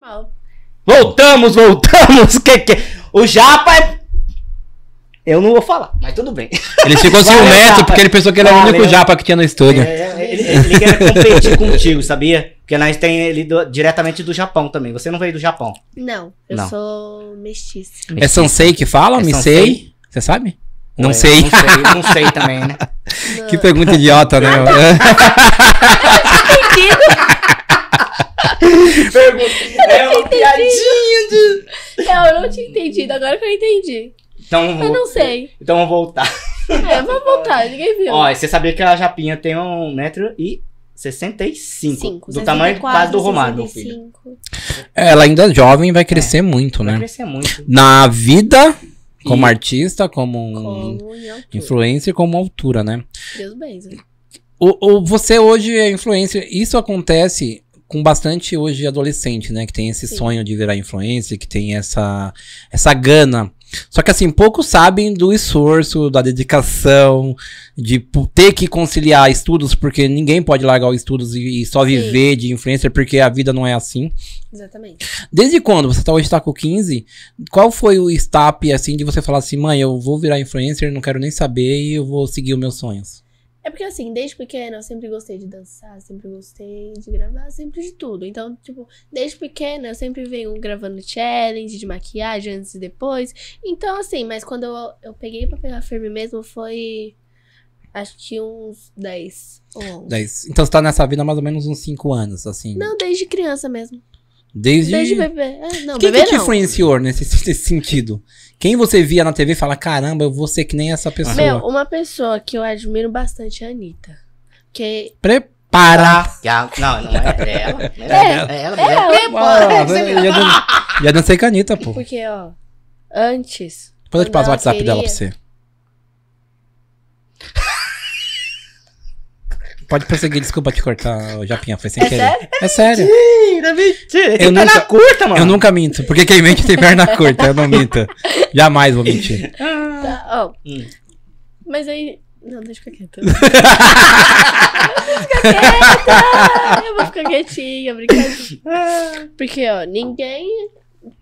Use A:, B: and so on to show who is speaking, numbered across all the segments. A: Fala.
B: Voltamos, voltamos! Que, que... O Japa é. Eu não vou falar,
C: Tá
B: mas tudo bem.
C: Ele ficou
B: Valeu,
C: ciumento
B: Japa.
C: porque ele pensou que ele era o único
B: Valeu.
C: japa que tinha no estúdio.
B: É, ele, ele quer competir contigo, sabia? Porque nós tem ele do- diretamente do Japão também. Você não veio do Japão.
A: Não, eu
B: Não.
A: sou mestiça.
C: É Sansei que fala?
B: É
C: Misei? Você sabe? Não
B: É,
C: sei.
B: Não sei, não sei também, né?
C: Que pergunta idiota, né?
B: É uma piadinha.
A: Eu não tinha entendido, agora que eu entendi.
B: Então,
A: Eu
B: vou-
A: não sei.
B: então vamos voltar.
A: É, vamos voltar, ninguém viu.
B: Ó, e você sabia que a Japinha tem um metro e 65. do tamanho quase do Romário, meu filho.
C: Ela ainda é jovem e vai crescer muito,
B: Vai
C: né?
B: crescer muito.
C: Na vida, como
B: E-
C: artista, como
B: Hum.
C: um
A: Como em altura.
C: influencer, como altura, né?
A: Deus benza.
C: O, o- você hoje é influencer. Isso acontece com bastante hoje adolescente, né? Que tem esse
A: Sim.
C: sonho de virar influencer, que tem essa, essa gana. Só que assim, poucos sabem do esforço, da dedicação, de pu- ter que conciliar estudos, porque ninguém pode largar os estudos e, e só viver de influencer, porque a vida não é assim.
A: Exatamente.
C: Desde quando você tá, hoje está com 15? Qual foi o stop, assim, de você falar assim, mãe, eu vou virar influencer, não quero nem saber e eu vou seguir os meus sonhos?
A: É porque assim, desde pequena eu sempre gostei de dançar, sempre gostei de gravar, sempre de tudo. Então, tipo, desde pequena eu sempre venho gravando challenge de maquiagem antes e depois. Então, assim, mas quando eu, eu peguei pra pegar firme mesmo foi. Acho que uns 10 ou 11.
C: Dez. Então você tá nessa vida há mais ou menos uns 5 anos, assim.
A: Não, desde criança mesmo.
C: Desde.
A: Desde bebê. Ah, não,
C: Quem
A: bebê
C: que te
A: não.
C: influenciou nesse, nesse sentido? Quem você via na TV e fala, caramba, eu vou ser que nem essa pessoa.
A: Meu, uma pessoa que eu admiro bastante é a Anitta. Porque
C: Prepara!
B: Já- Não, não é, é ela. É,
A: É,
B: é ela.
A: é
B: mesmo.
A: ela.
C: Uau, eu já, dan- já dancei canita, pô.
A: Porque, ó, antes.
C: Depois eu te
A: quando
C: passo o
A: ela
C: WhatsApp dela pra
A: queria-
C: você. Pode prosseguir, desculpa te cortar, ô, Japinha, foi sem
A: É
C: querer.
A: sério?
C: É sério.
B: Mentira, mentira. Ele tem
C: Eu
B: perna
C: nunca-
B: curta, mano.
C: Eu nunca minto, porque quem mente tem perna curta, eu não minto. Jamais vou mentir.
A: Tá, ó.
B: Hum.
A: Mas aí. Não, deixa eu ficar quieta. deixa eu ficar quieta! Eu vou ficar quietinha, brincadeira. Porque, ó, ninguém.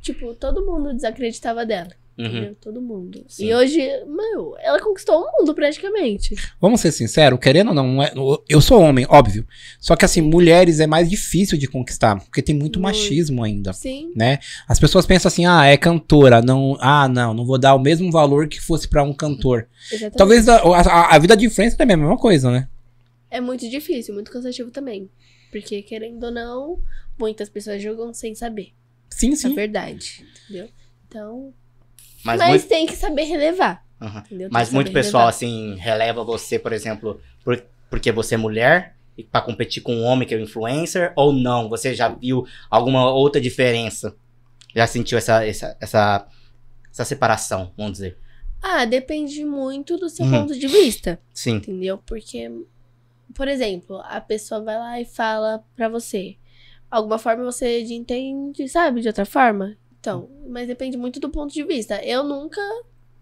A: Tipo, todo mundo desacreditava dela.
B: Uhum.
A: entendeu? Todo mundo.
B: Sim.
A: E hoje, meu, ela conquistou o mundo praticamente.
C: Vamos ser sinceros, querendo ou não, não é- eu sou homem, óbvio. Só que assim, mulheres é mais difícil de conquistar, porque tem muito
A: Muito.
C: machismo ainda. né?
A: Sim.
C: As pessoas pensam assim, ah, é cantora, não, ah, não, não vou dar o mesmo valor que fosse pra um cantor.
A: Exatamente.
C: Talvez a, a- a vida de influencer também é a mesma coisa, né?
A: É muito difícil, muito cansativo também. Porque, querendo ou não, muitas pessoas jogam sem saber.
C: Sim,
A: Isso é
C: sim.
A: verdade. Entendeu? Então.
B: Mas,
A: Mas,
B: muito,
A: tem que saber relevar.
B: Aham.
A: entendeu? Tem
B: mas
A: que
B: muito
A: saber
B: pessoal,
A: relevar.
B: assim, releva você, por exemplo, por- porque você é mulher e pra competir com um homem que é um influencer ou não? Você já viu alguma outra diferença? Já sentiu essa, essa, essa, essa separação, vamos dizer?
A: Ah, depende muito do seu
B: Uhum.
A: ponto de vista.
B: Sim.
A: Entendeu? Porque, por exemplo, a pessoa vai lá e fala pra você. Alguma forma você de- entende, sabe? De outra forma. Então, mas depende muito do ponto de vista. Eu nunca,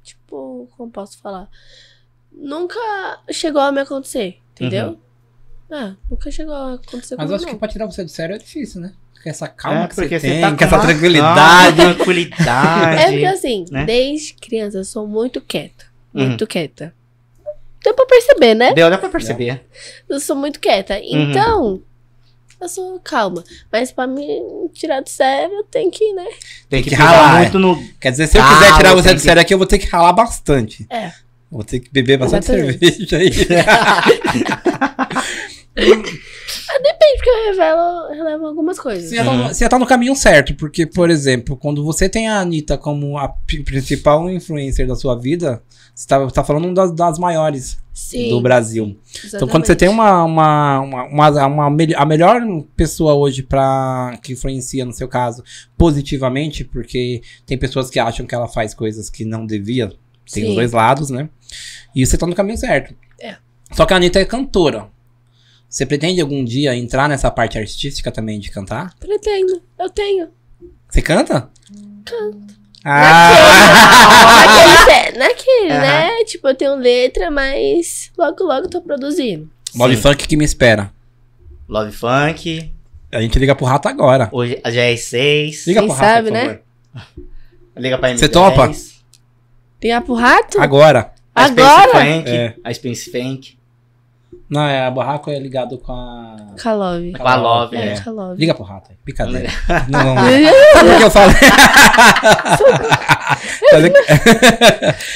A: tipo, como posso falar? Nunca chegou a me acontecer, entendeu?
B: Uhum.
A: Ah, nunca chegou a acontecer
C: Mas
A: comigo,
C: eu acho que
A: não.
C: pra tirar você do sério é difícil, né? Com essa calma
B: É,
C: que você
B: porque
C: tem,
B: tá
C: com
B: com
C: essa
B: uma-
C: tranquilidade.
B: Ah, tranquilidade.
A: É porque assim,
B: né?
A: desde criança eu sou muito quieta.
B: Uhum.
A: Muito quieta. Deu pra perceber, né?
B: Deu, dá pra perceber.
A: Eu sou muito quieta.
C: Uhum.
A: Então, eu sou calma. Mas pra me tirar do sério, eu tenho que, né?
B: Tem que,
C: que
B: pegar
C: ralar, é.
B: muito no.
C: Quer dizer, se eu
B: Ah,
C: quiser tirar
B: eu
C: você
B: tenho
C: do
B: que-
C: sério aqui, eu vou ter que ralar bastante.
A: É.
C: Vou ter que beber bastante
A: Exatamente.
C: cerveja aí.
A: Depende, porque eu revelo, relevo algumas coisas.
C: Você já, tá no, você já tá no caminho certo, porque, por exemplo, quando você tem a Anitta como a pri- principal influencer da sua vida, você tá, tá falando das, das maiores
A: Sim.
C: do Brasil. Então, quando você tem uma, uma, uma, uma- uma mel- a melhor pessoa hoje para que influencia, no seu caso, positivamente, porque tem pessoas que acham que ela faz coisas que não devia, tem os
A: Sim.
C: dois lados, né? E você tá no caminho certo.
A: É.
C: Só que a Anitta é cantora. Você pretende algum dia entrar nessa parte artística também de cantar?
A: Pretendo. Eu tenho.
C: Você canta?
A: Canto.
C: Ah!
A: Naquele, naquele
B: Aham.
A: né? Tipo, eu tenho letra, mas logo, logo eu tô produzindo.
C: Bob
B: Sim.
C: Funk que me espera.
B: Love Funk.
C: A gente liga pro rato agora.
B: Hoje já é 6.
C: Liga
A: Quem
C: pro rato,
A: sabe,
C: por
A: né?
C: favor.
B: Liga pra MD10.
C: Você topa?
A: Ligar pro rato?
C: Agora.
B: A
A: Agora?
B: Space Funk,
C: É.
B: A Space Funk.
C: Não, é, a barraco é ligado com a. Tá
A: Kalov.
B: Com a Love.
A: É,
B: É.
A: Kalov.
C: Liga pro rato aí. Brincadeira. não,
A: Ah.
C: não, não. Sabe por que eu falei? Sabe-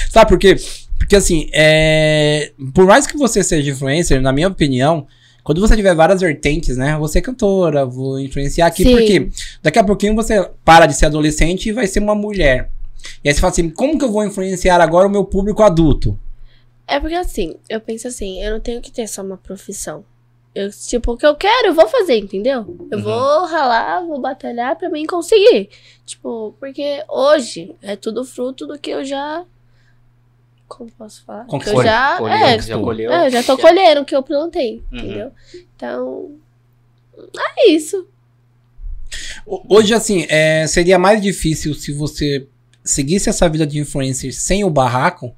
C: Sabe por quê? Porque assim, é... por mais que você seja influencer, na minha opinião, quando você tiver várias vertentes, né? Você é cantora, vou influenciar aqui,
A: Sim.
C: porque daqui a pouquinho você para de ser adolescente e vai ser uma mulher. E aí você fala assim, como que eu vou influenciar agora o meu público adulto?
A: É porque assim, eu penso assim, eu não tenho que ter só uma profissão. Eu, tipo, o que eu quero, eu vou fazer, entendeu? Eu
B: Uhum.
A: vou ralar, vou batalhar pra mim conseguir. Tipo, porque hoje é tudo fruto do que eu já. Como posso falar? Que eu
C: Conquistou.
A: já.
B: Colheu,
A: é,
B: que já
A: tipo,
B: colheu.
A: é, eu já tô colhendo o que eu plantei,
B: Uhum.
A: entendeu? Então. É isso.
C: Ho- Hoje, assim, é, seria mais difícil se você seguisse essa vida de influencer sem o barraco?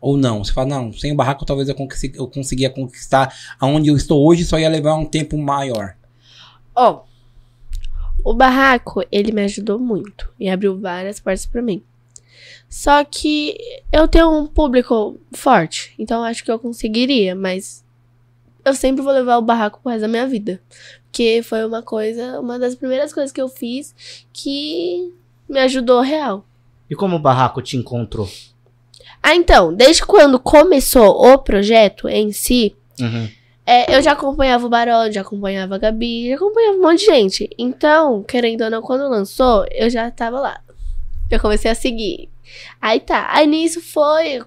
C: Ou não? Você fala, não, sem o barraco talvez eu, conquisi- eu conseguia conquistar aonde eu estou hoje, só ia levar um tempo maior.
A: Ó. O barraco, ele me ajudou muito e abriu várias portas pra mim. Só que eu tenho um público forte, então acho que eu conseguiria, mas eu sempre vou levar o barraco pro resto da minha vida. Porque foi uma coisa, uma das primeiras coisas que eu fiz que me ajudou real.
B: E como o barraco te encontrou?
A: Ah, então, desde quando começou o projeto em si,
B: Uhum.
A: É, eu já acompanhava o Barão, já acompanhava a Gabi, já acompanhava um monte de gente. Então, querendo ou não, quando lançou, eu já tava lá. Eu comecei a seguir. Aí tá. Aí nisso foi. eu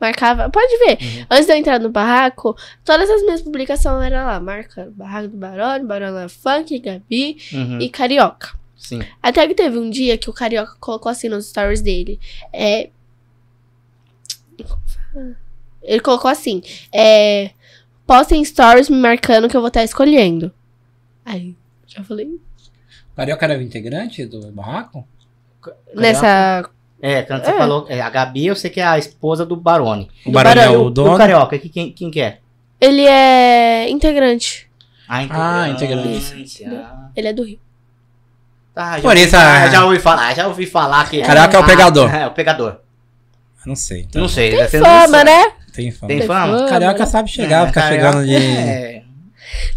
A: Marcava. Pode ver.
B: Uhum.
A: Antes de eu entrar no barraco, todas as minhas publicações eram lá. Marca Barraco do Barone, Barona Funk, Gabi
B: Uhum.
A: e Carioca.
B: Sim.
A: Até que teve um dia que o Carioca colocou assim nos stories dele. É. Ele colocou assim: é. Postem stories me marcando que eu vou estar escolhendo. Aí, já falei.
C: O Carioca era o integrante do barraco?
A: Nessa.
B: É, quando você
A: É.
B: falou. é, a Gabi, eu sei que é a esposa do Barone.
C: O
A: Barão é
B: E e O Carioca, que- quem, quem que é?
A: Ele é integrante.
B: A
C: Ah,
B: Ah.
A: Ele é do Rio.
B: Tá, já,
C: Por isso,
B: ah,
C: ah,
B: já ouvi falar, já ouvi falar que.
C: Carioca é o pegador.
B: Ah, É, o pegador.
C: Não sei. Então,
B: Não sei, deve ser.
A: Fama, né?
C: Tem fama. né?
B: Tem
A: Tem
B: fama?
A: fama. né?
C: Carioca sabe chegar, ficar chegando de.
B: É.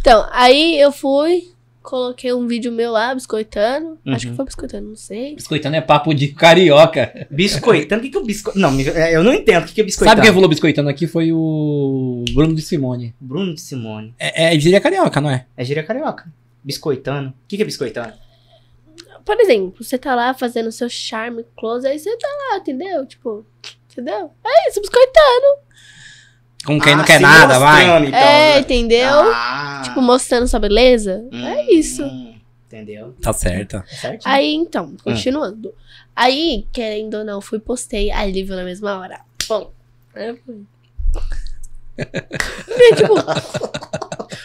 A: Então, aí eu fui, coloquei um vídeo meu lá, biscoitando. Acho
B: Uhum.
A: que foi biscoitando, não sei.
C: Biscoitando é papo de carioca.
B: Biscoitando, o que, que o biscoito. Não, me- é, eu não entendo o que, que é biscoitando.
C: Sabe quem falou biscoitando aqui? Foi o Bruno de Simone.
B: Bruno de Simone.
C: É, é gíria carioca, não é?
B: É gíria carioca. Biscoitando. O que, que é biscoitando?
A: Por exemplo, você tá lá fazendo seu charme close, aí você tá lá, entendeu? Tipo, entendeu? É isso, biscoitando.
C: Com quem não
B: Ah,
C: quer
B: se
C: nada, vai.
B: mostrando, então,
A: é,
B: né?
A: entendeu?
B: Ah.
A: Tipo, mostrando sua beleza.
B: Hum,
A: É isso.
B: Entendeu? É
C: Tá certa.
B: Certo?
A: Aí, então,
B: Hum.
A: continuando. Aí, querendo ou não, fui postei a livro na mesma hora. Bom, aí eu fui. Porque, tipo,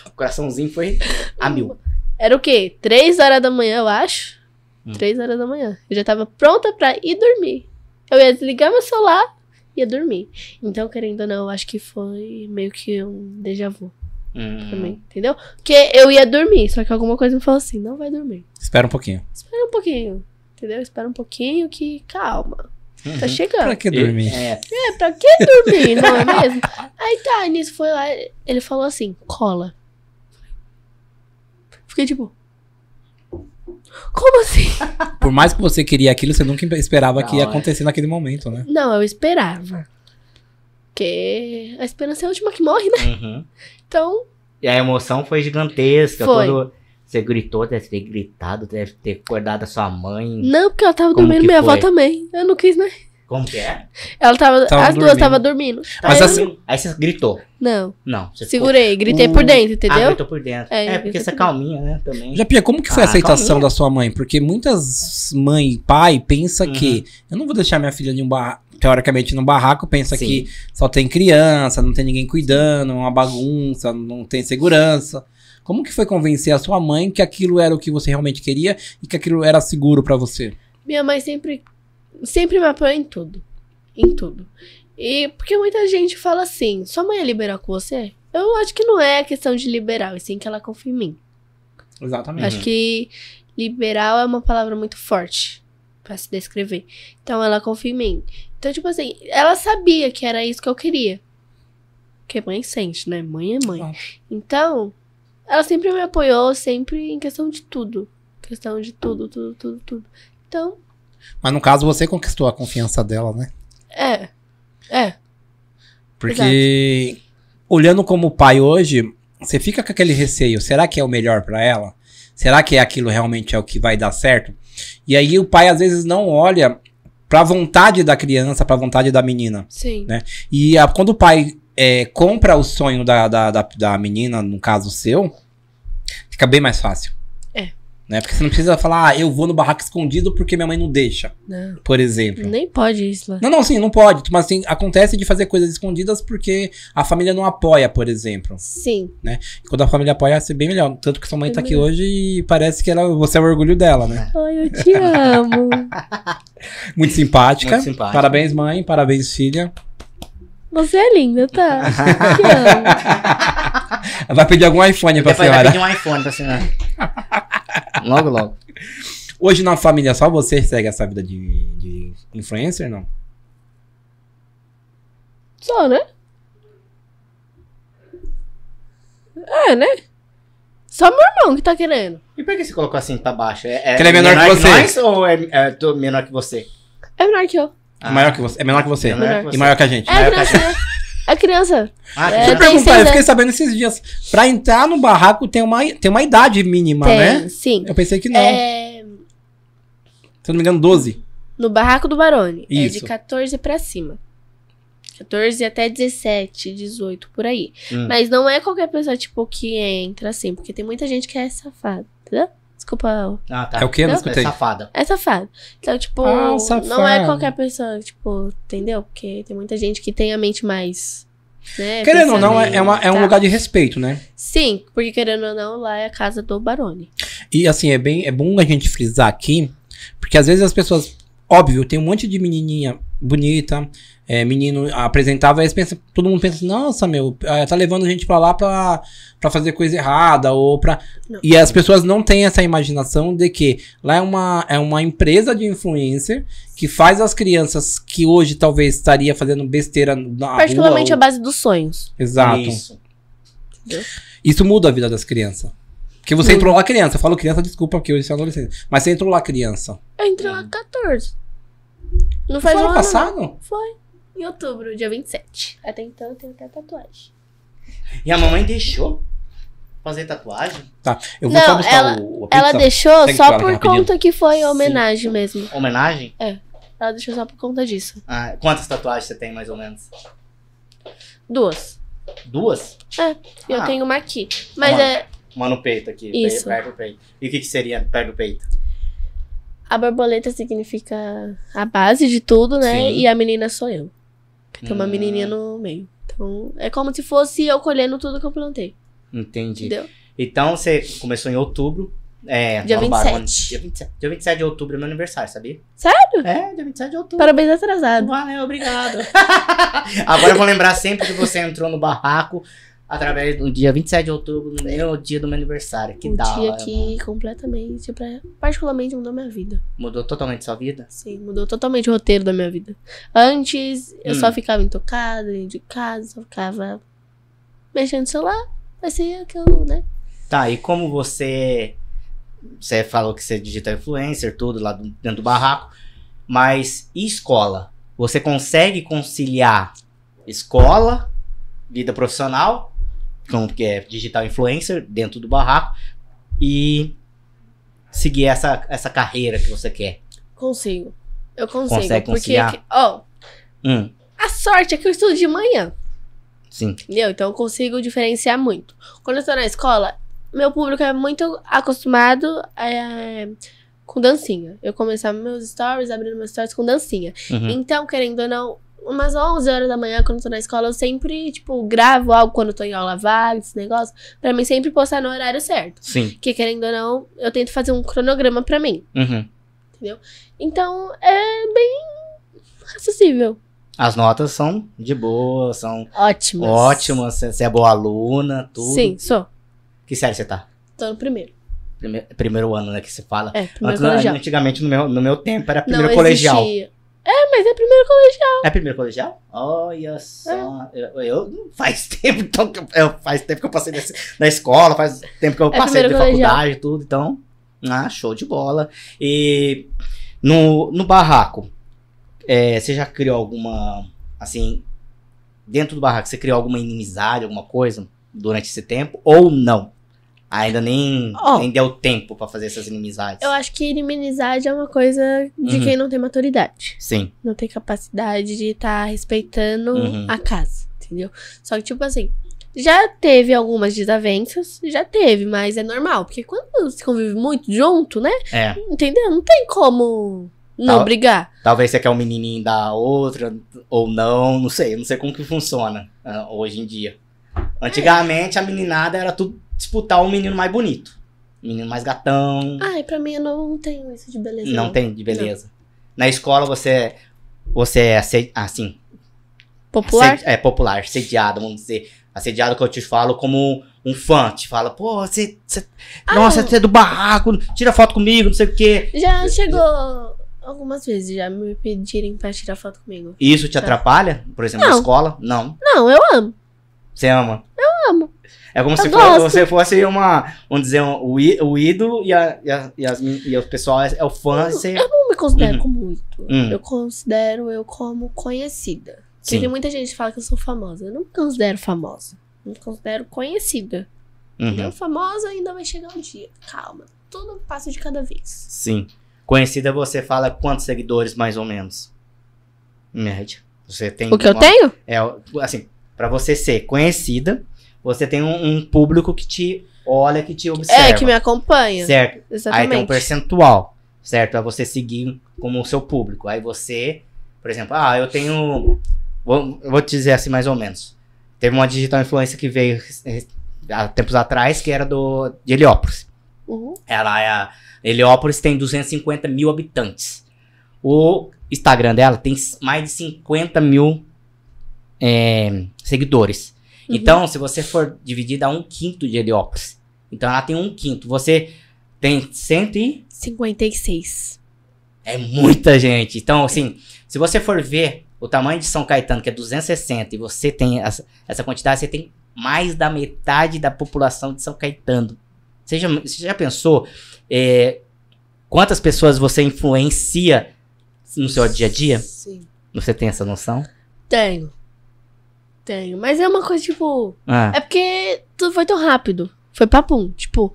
B: O coraçãozinho foi a mil.
A: era o quê? Três horas da manhã, eu acho.
B: Hum.
A: Três horas da manhã. Eu já tava pronta pra ir dormir. Eu ia desligar meu celular e ia dormir. Então, querendo ou não, eu acho que foi meio que um déjà vu
B: Hum.
A: pra mim, entendeu? Porque eu ia dormir, só que alguma coisa me falou assim, não vai dormir.
C: Espera um pouquinho.
A: Espera um pouquinho, entendeu? Espera um pouquinho que calma.
B: Uhum.
A: Tá
C: Pra
A: chegando.
C: que dormir?
B: É.
A: É, pra que dormir, não é mesmo? Aí tá, nisso foi lá, ele falou assim, cola. Fiquei tipo, como assim?
C: Por mais que você queria aquilo, você nunca esperava que ia
B: Não, é.
C: acontecer naquele momento, né?
A: Não, eu esperava. Porque a esperança é a última que morre, né?
B: Uhum.
A: Então,
B: E a emoção foi gigantesca.
A: Foi.
B: Todo... Você gritou, deve ter gritado, deve ter acordado a sua mãe.
A: não, porque ela tava
B: Como
A: dormindo,
B: que
A: minha avó
B: foi?
A: também. Eu não quis, né?
B: Como que é?
A: Ela tava,
C: Tava
A: as duas
C: dormindo.
A: tava dormindo.
C: Mas
A: Aí eu-
C: assim-
B: Aí você gritou.
A: Não,
B: Não, você ficou-
A: segurei, gritei por
C: O-
A: dentro,
B: Tipo, Ah,
A: entendeu?
B: gritou por dentro.
A: É,
B: É, porque
A: gritou
B: você é
A: por
B: calminha, né? Também.
C: Já Pia, como que foi a
B: Ah,
C: aceitação
B: calminha.
C: da sua mãe? Porque muitas mãe e pai pensa
B: Uhum.
C: que eu não vou deixar minha filha de um barraco, teoricamente num barraco, pensa
B: Sim.
C: que só tem criança, não tem ninguém cuidando, é uma bagunça, não tem segurança. Como que foi convencer a sua mãe que aquilo era o que você realmente queria e que aquilo era seguro pra você?
B: é.
A: Minha mãe sempre, sempre me apoia em tudo. Em tudo. E porque muita gente fala assim, sua mãe é liberal com você? Eu acho que não é questão de liberal, e sim que ela confia em mim.
C: Exatamente.
A: Acho que liberal é uma palavra muito forte pra se descrever. Então ela confia em mim. Então, tipo assim, ela sabia que era isso que eu queria. Porque mãe sente, né? Mãe é mãe.
C: Claro.
A: Então, ela sempre me apoiou, sempre em questão de tudo. Questão de tudo, tudo, tudo, tudo. Então,
C: Mas no caso, você conquistou a confiança dela, né?
A: é. É.
C: Porque olhando como pai hoje, você fica com aquele receio, será que é o melhor pra ela? Será que é aquilo realmente é o que vai dar certo? E aí o pai às vezes não olha pra vontade da criança, pra vontade da menina.
A: Sim.
C: E a- quando o pai é, compra o sonho da, da, da, da menina, no caso seu, fica bem mais fácil.
A: É.
C: Né? Porque você não precisa falar, ah, eu vou no barraco escondido porque minha mãe não deixa,
A: Não,
C: por exemplo.
A: Né? nem pode isso lá.
C: Não, não, sim, não pode. Mas assim, acontece de fazer coisas escondidas porque a família não apoia, por exemplo.
A: Sim.
C: Quando a família apoia, é bem melhor. Tanto que sua mãe
A: Bem
C: tá aqui
A: melhor.
C: hoje e parece que ela, você é o orgulho dela, né?
A: Ai, eu te amo.
C: Muito simpática.
B: É. Muito simpática.
C: Parabéns, mãe. Parabéns, filha.
A: Você é linda, tá? Eu te amo.
C: Vai pedir algum iPhone pra
B: Depois vai
C: senhora.
B: pedir um iPhone pra senhora. logo, logo.
C: Hoje na família só você segue essa vida de, de influencer, não?
A: Só, né? É, né? Só meu irmão que tá querendo.
B: E por que você colocou assim pra baixo? É, é
C: Que ele é menor que você.
B: nós ou é, é do- menor que você?
A: É menor que eu.
B: Ah,
C: Maior que você. É menor que você.
B: menor que
A: Menor.
B: você.
C: E maior que a gente.
A: É a
B: Maior que a
A: criança, né? É criança.
B: Ah, que
A: É,
C: Deixa
B: menor-
C: eu
A: tem
C: perguntar, eu
A: seis
C: fiquei sabendo esses dias. Pra entrar no barraco tem uma, tem uma idade mínima,
A: Tem,
C: né?
A: sim.
C: Eu pensei que não.
A: É,
C: Se eu não me engano, 12.
A: no Barraco do Barone. É
C: Isso.
A: de 14 pra cima. 14 até 17, 18, por aí.
B: Hum.
A: Mas não é qualquer pessoa, tipo, que entra assim. Porque tem muita gente que é safada. Desculpa,
B: Ah, tá.
C: É o que? Eu não
A: Não,
B: É
C: escutei.
B: safada.
A: É safado. Então, tipo,
C: Ah,
A: não
C: safado.
A: é qualquer pessoa, tipo, entendeu? Porque tem muita gente que tem a mente mais. Né,
C: Querendo ou não, é,
A: pensamento,
C: é uma- é um
A: tá?
C: lugar de respeito, né?
A: Sim, porque querendo ou não, lá é a casa do Barone.
C: E assim, é bem é bom a gente frisar aqui, porque às vezes as pessoas, óbvio, tem um monte de menininha bonita, é, menino apresentava, aí eles pensam- todo mundo pensa, nossa, meu, ah, tá levando gente pra lá pra, pra fazer coisa errada, ou pra.
A: Não.
C: E as pessoas não têm essa imaginação de que lá é uma, é uma empresa de influencer que faz as crianças que hoje talvez estaria fazendo besteira na
A: Particularmente
C: rua.
A: a base dos sonhos.
C: ou- Exato. Isso.
B: Isso.
C: muda a vida das crianças. Porque você
A: Muda.
C: entrou lá criança, eu falo criança, desculpa, porque hoje você é adolescente. Mas você entrou lá criança.
A: Eu entrei lá com 14. Não faz
C: Hum. Foi
A: um
C: ano
A: ano,
C: passado?
A: não. Em outubro, dia 27. Até então eu tenho até tatuagem.
B: E a mamãe deixou fazer tatuagem?
C: Eu vou
A: Não,
C: só buscar
A: ela-
C: o, a pizza.
A: Ela deixou
C: Segue pra
A: só
C: lá,
A: por
C: rapidinho.
A: conta que foi
B: Sim.
A: homenagem mesmo.
B: Homenagem?
A: Ela deixou só por conta disso.
B: Ah, quantas tatuagens você tem, mais ou menos?
A: Duas.
B: Duas?
A: E eu
B: Ah.
A: tenho uma aqui. Mas
B: Uma.
A: é,
B: Uma no peito aqui, pe-
A: Isso.
B: perto do peito. E o que, que seria perto do peito?
A: A borboleta significa a base de tudo, né?
C: Sim.
A: E a menina sou eu. Que tem uma
B: Hum.
A: menininha no meio. Então, é como se fosse eu colhendo tudo que eu plantei.
B: Entendi.
A: Entendeu?
B: Então você começou em outubro. É,
A: Dia
B: lá no Barone.
A: 27.
B: Dia 27. Dia 27 de outubro é meu aniversário, sabia?
A: Sério?
B: É, dia 27 de outubro.
A: Parabéns atrasado.
B: Valeu, obrigado. Agora eu vou lembrar sempre que você entrou no barraco através do dia 27 de outubro, no meu dia do meu aniversário. Que
A: um
B: da
A: dia
B: hora, mano.
A: que completamente, pra, particularmente mudou minha vida.
B: Mudou totalmente sua vida?
A: Sim, mudou totalmente o roteiro da minha vida. Antes, eu
B: Hum.
A: só ficava intocada, dentro de casa, só ficava mexendo no celular. Mas assim, aquilo, né?
B: Tá, e como você. Você falou que você é digital influencer, tudo lá do- dentro do barraco. Mas e escola? Você consegue conciliar escola, vida profissional, como que é digital influencer dentro do barraco, e seguir essa, essa carreira que você quer?
A: Consigo. Eu consigo.
B: Consegue
A: porque,
B: conciliar?
A: ó,
B: Hum,
A: a sorte é que eu estudo de manhã.
B: sim.
A: Entendeu? Então eu consigo diferenciar muito. Quando eu tô na escola, meu público é muito acostumado é, com dancinha. Eu começava meus stories, abrindo meus stories com dancinha.
B: Uhum.
A: Então, querendo ou não, umas 11 horas da manhã, quando eu tô na escola, eu sempre, tipo, gravo algo quando eu tô em aula vaga, esse negócio, pra mim sempre postar no horário certo.
B: Sim.
A: Porque, querendo ou não, eu tento fazer um cronograma pra mim.
B: Uhum.
A: Então, é bem acessível.
B: As notas são de boa, são
A: Ótimo.
B: ótimas, você você é boa aluna, tudo.
A: Sim, sou.
B: Que série você tá?
A: Tô no primeiro.
B: prime- primeiro ano, né, que se fala.
A: É, primeiro
B: Antes,
A: colegial.
B: antigamente, no meu, no meu tempo, era primeiro
A: não
B: colegial.
A: existia. É, mas é primeiro colegial.
B: É primeiro colegial? Olha só.
A: É.
B: Eu, eu- faz tempo então, que eu, eu- faz tempo que eu passei desse- na escola, faz tempo que eu
A: É
B: passei de
A: primeiro colegial.
B: faculdade e tudo, então. Ah, show de bola. E no, no barraco, é, você já criou alguma. Assim, dentro do barraco, você criou alguma inimizade, alguma coisa durante esse tempo? Ou não? Ainda nem,
A: Ó.
B: nem deu tempo pra fazer essas inimizades.
A: Eu acho que inimizade é uma coisa de
B: Uhum.
A: quem não tem maturidade.
B: Sim.
A: Não tem capacidade de estar respeitando
B: Uhum.
A: a casa, entendeu? Só que, tipo assim, já teve algumas desavenças, já teve, mas é normal. Porque quando se convive muito junto, né?
B: É.
A: Entendeu? Não tem como não
B: Tá.
A: brigar.
B: Talvez você quer um menininho da outra, ou não, não sei. Eu não sei como que funciona ah, hoje em dia. Antigamente, a meninada era tudo disputar o menino mais bonito. Menino mais gatão.
A: Ai, pra mim eu não tenho isso de beleza.
B: não tem de beleza. Na escola, você, você é assedi- assim...
A: Popular?
B: assedi- é, popular, assediado, vamos dizer. Assediado que eu te falo como um fã. Te fala, pô, você... você-
A: Ah,
B: nossa, você é do barraco, tira foto comigo, não sei o quê.
A: Já chegou algumas vezes já me pedirem pra tirar foto comigo.
B: Isso te
A: Tá.
B: atrapalha? Por exemplo, na
A: Não.
B: escola? Não.
A: Não, eu amo.
B: Você ama? Eu
A: amo.
B: É como
A: Eu
B: se fosse,
A: gosto.
B: você fosse uma, vamos dizer, um- o, í- o ídolo e, a- e a- e as min- e o pessoal é, é o fã. e Você...
A: Eu não me considero
B: Uhum.
A: como muito.
B: Hum.
A: Eu considero eu como conhecida. Porque
B: Sim.
A: tem muita gente que fala que eu sou famosa. Eu não me considero famosa. Eu me considero conhecida.
B: Uhum.
A: Então, famosa ainda vai chegar um dia. Calma. Tudo um passo de cada vez.
B: Sim. Conhecida você fala quantos seguidores mais ou menos? Em Média. Você tem
A: O que eu
B: uma-
A: tenho?
B: É, o- assim, pra você ser conhecida, você tem um, um público que te olha, que te observa.
A: É, que me acompanha.
B: Certo. Aí
A: Exatamente.
B: tem um percentual, certo? Pra você seguir como o seu público. Aí você, por exemplo, ah, eu tenho. Vou, eu vou te dizer assim mais ou menos. Teve uma digital influência que veio eh, há tempos atrás, que era do, de Heliópolis.
A: Uhum.
B: Ela é. a- Heliópolis tem 250 mil habitantes. O Instagram dela tem s- mais de 50 mil eh, seguidores.
A: Uhum.
B: Então, se você for dividir, dá um quinto de Heliópolis. Então, ela tem um quinto. Você tem cento e...
A: 56.
B: É muita gente. Então, assim, se você for ver o tamanho de São Caetano, que é 260, e você tem essa, essa quantidade, você tem mais da metade da população de São Caetano. Você já, você já pensou é, quantas pessoas você influencia no seu dia a dia?
A: Sim.
B: Você tem essa noção?
A: Tenho. Tenho. Mas é uma coisa, tipo.
B: Ah,
A: É porque tudo foi tão rápido. Foi papum. Tipo,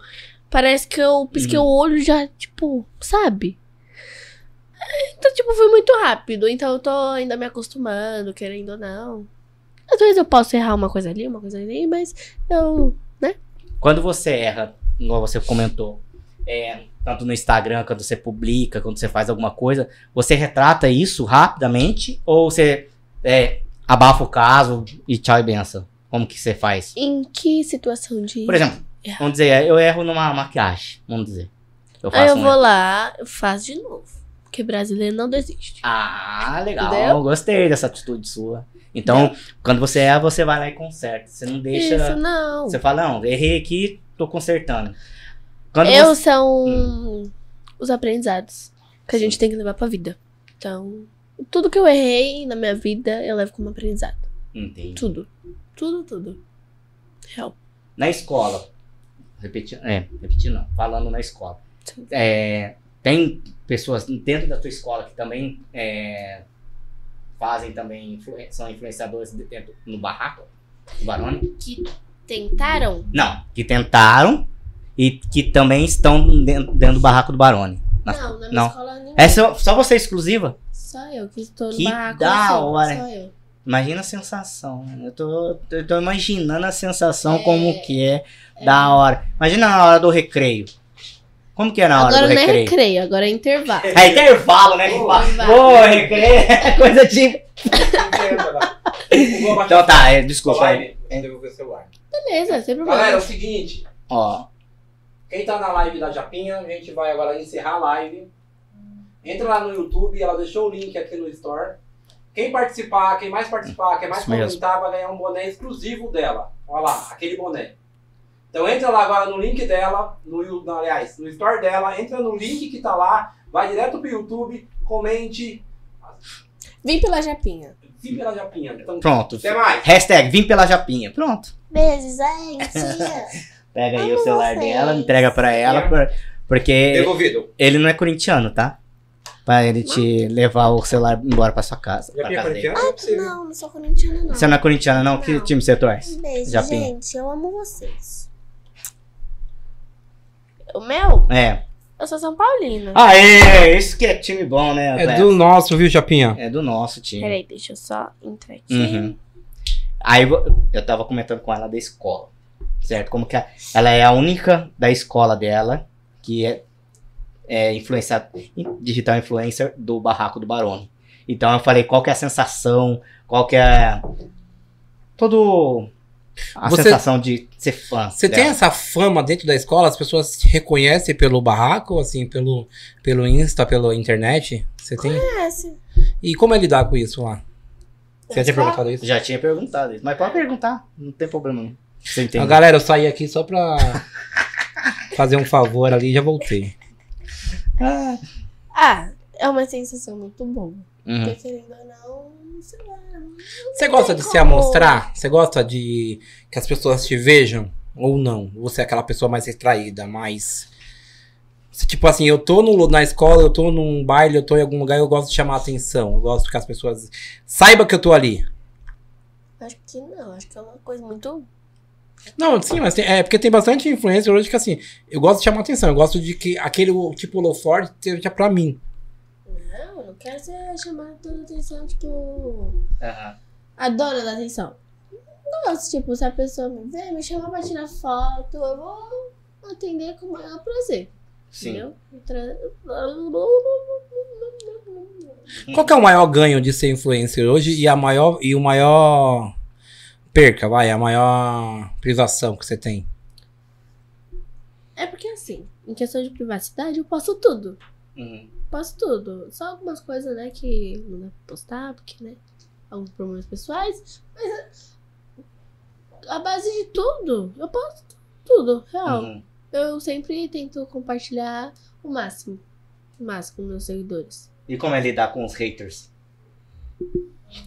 A: parece que eu
B: Uhum.
A: pisquei o olho e já, tipo, sabe? É, Então, tipo, foi muito rápido. Então eu tô ainda me acostumando, querendo ou não. Às vezes eu posso errar uma coisa ali, uma coisa ali, mas eu.
B: Quando você erra, igual você comentou, é, tanto no Instagram, quando você publica, quando você faz alguma coisa, você retrata isso rapidamente ou você é, abafa o caso e tchau e benção? Como que você faz?
A: Em que situação de.
B: Por exemplo,
A: Yeah.
B: vamos dizer, eu erro numa maquiagem, vamos dizer. Eu
A: Aí
B: faço
A: Ah, eu
B: um
A: vou lá, eu faço de novo. Porque brasileiro não desiste.
B: Ah, legal.
A: Entendeu?
B: Gostei dessa atitude sua. Então, quando você erra, você vai lá e conserta. Você não deixa.
A: Isso não.
B: Você fala, não, errei aqui, tô consertando. Quando
A: Eu
B: você-
A: são os aprendizados que a
B: Hum. Sim.
A: gente tem que levar pra vida. Então, tudo que eu errei na minha vida, eu levo como aprendizado.
B: Entendi.
A: Tudo. Tudo, tudo. Real.
B: Na escola. Repetindo. É, repetindo não. Falando na escola.
A: Sim.
B: É, tem pessoas dentro da tua escola que também é, fazem também, influ- são influenciadores de- dentro, no barraco? No Barone?
A: Que tentaram?
B: Não. Que tentaram e que também estão dentro, dentro do barraco do Barone. Na-
A: não, na minha
B: não.
A: escola ninguém.
B: É só, só você exclusiva?
A: Só eu que estou no
B: Que
A: barraco.
B: da
A: assim,
B: hora.
A: Só eu.
B: Imagina a sensação. né? Eu tô, eu tô imaginando a sensação
A: É.
B: como que é, da hora. Imagina na hora do recreio. Como que é na hora
A: agora
B: do
A: não é
B: recreio?
A: recreio, agora é intervalo.
B: É intervalo, né? que fala. Ô, recreio é coisa de. Então tá, é, desculpa. aí.
D: Live, devolver o celular.
A: Beleza,
D: Galera, é
A: sem
D: o
A: problema.
D: seguinte.
B: Ó,
D: Quem tá na live da Japinha, a gente vai agora encerrar a live. Entra lá no YouTube, ela deixou o link aqui no Store. Quem participar, quem mais participar, quem mais
B: Isso mesmo.
D: comentar, vai ganhar um boné exclusivo dela. Olha lá, aquele boné. Então entra lá agora no link dela, no, Yu- na- aliás, no store dela, entra no link que tá lá, vai direto pro YouTube, comente,
A: Vim pela Japinha.
D: se pela japinha. Então,
B: Pronto.
D: até mais.
B: Hashtag vim pela japinha. Pronto.
E: Beijos, ai, tia.
B: Pega aí
E: Amo
B: o celular
E: vocês.
B: dela, entrega pra ela, por- porque
D: Devolvido.
B: ele não é corintiano, tá? Pra ele te levar o celular embora pra sua casa. Pra
D: Japinha
B: casa dele.
D: corintiana? Não é possível.
E: Não, não sou corintiana, não.
B: Você não é corintiana, não? Que
E: Não.
B: time você torce?
E: Um beijo,
B: Japinha.
E: gente. Eu amo vocês.
A: O meu?
B: É.
A: Eu sou São Paulina.
B: Ah, Aê, isso que é time bom, né?
D: É
B: Atlético?
D: do nosso, viu, Japinha?
B: É do nosso time.
A: Peraí, deixa eu só entrar aqui.
B: Uhum. Aí vo- eu tava comentando com ela da escola, certo? Como que a- ela é a única da escola dela que é, é influenciada, digital influencer do barraco do Barone. Então eu falei qual que é a sensação, qual que é todo a
C: Você-
B: sensação de ser fã.
C: Você tem
B: dela.
C: essa fama dentro da escola? As pessoas te reconhecem pelo barraco, assim, pelo, pelo Insta, pela internet? Você tem?
E: Conhece?
C: E como é lidar com isso lá? Você já tinha perguntado isso?
B: Já tinha perguntado isso, mas pode perguntar, não tem problema não. Você
C: Ah,
B: entendeu?
C: galera, eu saí aqui só pra fazer um favor ali e já voltei.
A: Ah, é uma sensação muito boa.
B: Uhum.
E: Porque querendo ou não, sei lá.
C: Você gosta de se
E: como.
C: amostrar? Você gosta de que as pessoas te vejam ou não? Você é aquela pessoa mais retraída, mais. Se, Tipo assim, eu tô no, lu- na escola, eu tô num baile, eu tô em algum lugar, eu gosto de chamar a atenção. Eu gosto que as pessoas saibam que eu tô ali.
A: Acho que não, acho que é uma coisa muito.
C: Não, sim, mas tem- é porque tem bastante influencer hoje que assim, eu gosto de chamar a atenção, eu gosto de que aquele tipo holoforte seja pra mim.
A: Não, eu não quero ser chamada toda atenção, tipo.
B: Aham.
A: A dona da atenção. Não Gosto, tipo, se a pessoa me vê, me chama pra tirar foto, eu vou atender com o maior prazer.
B: Sim.
A: Entendeu? Tra-
C: Qual que é o maior ganho de ser influencer hoje e a maior e o maior perca, vai, a maior privação que você tem?
A: É porque assim, em questão de privacidade, eu posso tudo.
B: Uhum.
A: Posto tudo. Só algumas coisas, né, que não dá pra postar, porque, né? Alguns problemas pessoais. Mas a, a base de tudo, eu posto tudo, real.
B: Uhum.
A: Eu sempre tento compartilhar o máximo. O máximo com meus seguidores.
B: E como é lidar com os haters?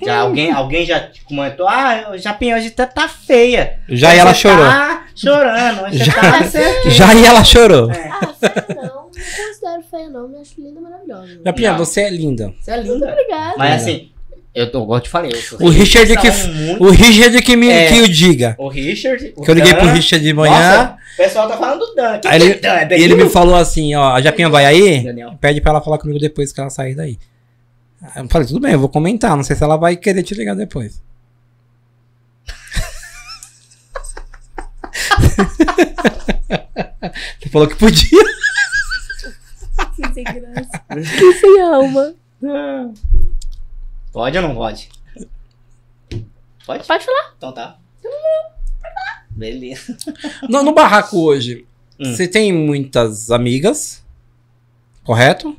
B: Já alguém, alguém já te comentou, ah, o Japinha hoje tá, tá feia.
C: Já
B: Hoje
C: e ela
B: você
C: chorou.
B: Tá chorando, hoje
C: Já-
B: você tá não sei o quê.
C: Já e ela chorou.
A: Ah, feia não. Não considero feia não. Me acho linda maravilhosa.
C: Japinha,
B: Não.
C: você é linda.
B: Você é linda.
A: Obrigada.
B: Mas assim, eu, tô- igual eu te falei, eu sou
C: O Richard que-
B: são muito-
C: O Richard que me
B: É.
C: que o diga.
B: O Richard. o
C: Que eu liguei
B: Dan.
C: pro Richard de manhã
B: Nossa, o pessoal tá falando do Dan. Que
C: Aí ele-
B: que é Dan? É
C: e ele
B: Danilo?
C: me falou assim, ó, a Japinha vai aí?
B: Daniel.
C: Pede pra ela falar comigo depois que ela sair daí. Aí Eu falei, tudo bem, eu vou comentar. Não sei se ela vai querer te ligar depois. Você falou que podia.
A: Que sem graça. que sem alma.
B: Pode ou não pode? Pode?
A: Pode falar.
B: Então tá. Beleza.
C: No, no barraco hoje,
B: Hum.
C: você tem muitas amigas, correto?